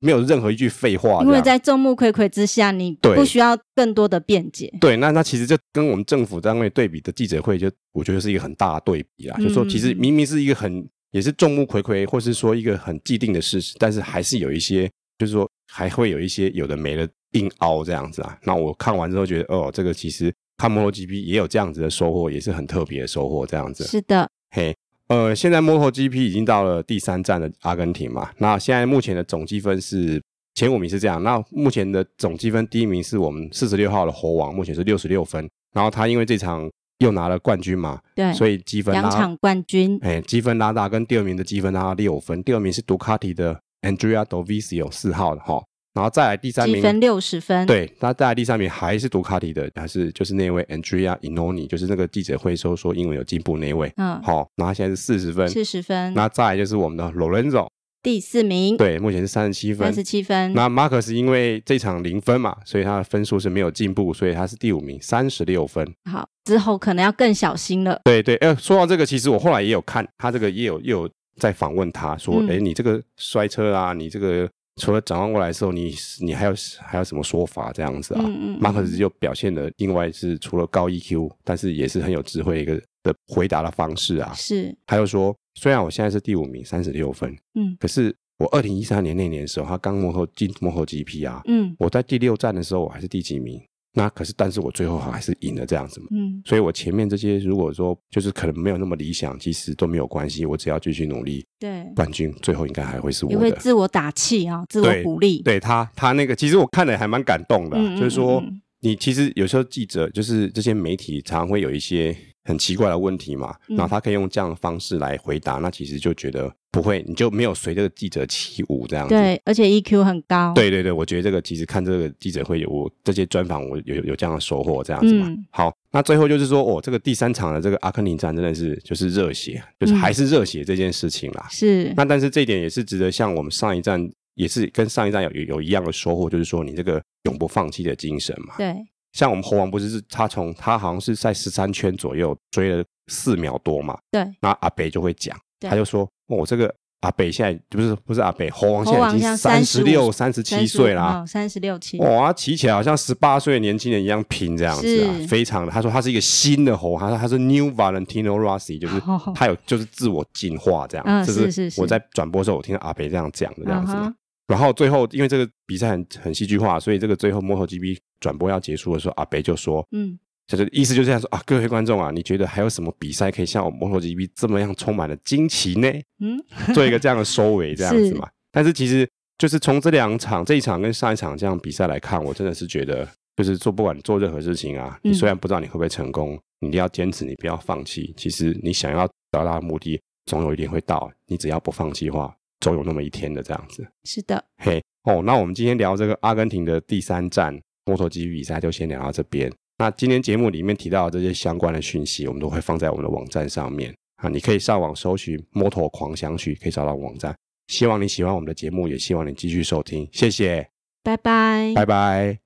[SPEAKER 1] 没有任何一句废话
[SPEAKER 2] 因
[SPEAKER 1] 这
[SPEAKER 2] 为
[SPEAKER 1] 样。
[SPEAKER 2] 在众目睽睽之下，你
[SPEAKER 1] 对
[SPEAKER 2] 不需要更多的辩解，
[SPEAKER 1] 对，那那其实就跟我们政府单位对比的记者会就，我觉得是一个很大的对比啦。就说其实
[SPEAKER 2] 嗯
[SPEAKER 1] 明明是一个很也是众目睽睽，或是说一个很既定的事实，但是还是有一些，就是说还会有一些有的没的硬凹这样子啊。那我看完之后觉得，哦，这个其实看摩托 GP 也有这样子的收获，也是很特别的收获这样子。
[SPEAKER 2] 是的，
[SPEAKER 1] 嘿，呃，现在 MotoGP 已经到了第三站的阿根廷嘛，那现在目前的总积分是前五名是这样，那目前的总积分第一名是我们四十六号的猴王，目前是六十六分，然后他因为这场又拿了冠军嘛，
[SPEAKER 2] 对，
[SPEAKER 1] 所以积分
[SPEAKER 2] 两
[SPEAKER 1] 拉，
[SPEAKER 2] 场冠军，
[SPEAKER 1] 哎，积分拉大跟第二名的积分拉到六分，第二名是杜卡迪的 Andrea Dovizio 四号的哈，然后再来第三
[SPEAKER 2] 积
[SPEAKER 1] 名
[SPEAKER 2] 分六十分，
[SPEAKER 1] 对，那在第三名还是杜卡迪的，还是就是那位 Andrea Inoni，就是那个记者会说说英文有进步那位。
[SPEAKER 2] 嗯，
[SPEAKER 1] 好、然后现在是四十分。
[SPEAKER 2] 四十分，
[SPEAKER 1] 那再来就是我们的 Lorenzo，
[SPEAKER 2] 第四名，
[SPEAKER 1] 对，目前是三十七分
[SPEAKER 2] 三。十七分，
[SPEAKER 1] 那 Marcus 因为这场零分嘛，所以他的分数是没有进步，所以他是第五名，三十六分。
[SPEAKER 2] 好，之后可能要更小心了，
[SPEAKER 1] 对对，呃，说到这个，其实我后来也有看他这个，也有也有在访问他说，
[SPEAKER 2] 嗯
[SPEAKER 1] 哎、你这个摔车啊，你这个除了转换过来的时候，你你还有还有什么说法这样子啊？
[SPEAKER 2] 嗯嗯，
[SPEAKER 1] 马克
[SPEAKER 2] 嗯
[SPEAKER 1] 思就表现了，另外是除了高 EQ，但是也是很有智慧一个的回答的方式啊。
[SPEAKER 2] 是，
[SPEAKER 1] 他又说，虽然我现在是第五名，三十六分，
[SPEAKER 2] 嗯
[SPEAKER 1] 可是我二零一三年那年的时候，他刚幕后进幕后 GP 啊，
[SPEAKER 2] 嗯
[SPEAKER 1] 我在第六站的时候我还是第几名，那可是但是我最后还是赢了这样子嘛。
[SPEAKER 2] 嗯，
[SPEAKER 1] 所以我前面这些如果说就是可能没有那么理想，其实都没有关系，我只要继续努力，
[SPEAKER 2] 对，
[SPEAKER 1] 冠军最后应该还会是我
[SPEAKER 2] 也会
[SPEAKER 1] 的。
[SPEAKER 2] 自我打气啊，自我
[SPEAKER 1] 对
[SPEAKER 2] 鼓励，
[SPEAKER 1] 对他，他那个其实我看了还蛮感动的啊、
[SPEAKER 2] 嗯，嗯
[SPEAKER 1] 就是说。
[SPEAKER 2] 嗯嗯
[SPEAKER 1] 你其实有时候记者就是这些媒体常常会有一些很奇怪的问题嘛，
[SPEAKER 2] 嗯
[SPEAKER 1] 然后他可以用这样的方式来回答，那其实就觉得不会，你就没有随这个记者起舞这样子。
[SPEAKER 2] 对，而且 EQ 很高，
[SPEAKER 1] 对对对，我觉得这个其实看这个记者会有我这些专访，我有有有这样的收获这样子嘛。
[SPEAKER 2] 嗯
[SPEAKER 1] 好，那最后就是说，哦，这个第三场的这个阿根廷站真的是就是热血，啊就是
[SPEAKER 2] 嗯
[SPEAKER 1] 还是热血这件事情啦。
[SPEAKER 2] 是，
[SPEAKER 1] 那但是这一点也是值得像我们上一站也是跟上一站有有有一样的收获，就是说你这个永不放弃的精神嘛。
[SPEAKER 2] 对，
[SPEAKER 1] 像我们猴王不是是他从他好像是在十三圈左右追了四秒多嘛，
[SPEAKER 2] 对，
[SPEAKER 1] 那阿北就会讲，
[SPEAKER 2] 对
[SPEAKER 1] 他就说哦我、这个阿北现在不是不是阿北，猴王现
[SPEAKER 2] 猴
[SPEAKER 1] 在
[SPEAKER 2] 王
[SPEAKER 1] 已经
[SPEAKER 2] 像
[SPEAKER 1] 三十六、三十七
[SPEAKER 2] 35
[SPEAKER 1] 岁啦。，哦
[SPEAKER 2] 三十六七，
[SPEAKER 1] 哇、他骑起来好像十八岁的年轻人一样拼这样子啊
[SPEAKER 2] 是，
[SPEAKER 1] 非常的。他说他是一个新的猴，他说他是 New Valentino Rossi，就是他有就是自我进化这样。
[SPEAKER 2] 哦嗯
[SPEAKER 1] 这
[SPEAKER 2] 是是是
[SPEAKER 1] 我在转播的时候我听到阿北这样讲的这样子嘛。
[SPEAKER 2] 嗯哼
[SPEAKER 1] 然后最后，因为这个比赛很很戏剧化，所以这个最后 MotoGP 转播要结束的时候，阿北就说：“
[SPEAKER 2] 嗯，
[SPEAKER 1] 就是意思就是这样说啊，各位观众啊，你觉得还有什么比赛可以像我们 MotoGP 这么样充满了惊奇呢？
[SPEAKER 2] 嗯，
[SPEAKER 1] [laughs] 做一个这样的收尾，这样子嘛。但是其实就是从这两场，这一场跟上一场这样比赛来看，我真的是觉得，就是做不管做任何事情啊，
[SPEAKER 2] 嗯
[SPEAKER 1] 你虽然不知道你会不会成功，你一定要坚持，你不要放弃。其实你想要达到的目的，总有一天会到，你只要不放弃的话，总有那么一天的这样子。
[SPEAKER 2] 是的，
[SPEAKER 1] 嘿，哦，那我们今天聊这个阿根廷的第三站摩托机比赛，就先聊到这边。那今天节目里面提到的这些相关的讯息，我们都会放在我们的网站上面啊，你可以上网搜寻《摩托狂想曲》，可以找到网站。希望你喜欢我们的节目，也希望你继续收听，谢谢，
[SPEAKER 2] 拜拜。
[SPEAKER 1] 拜拜。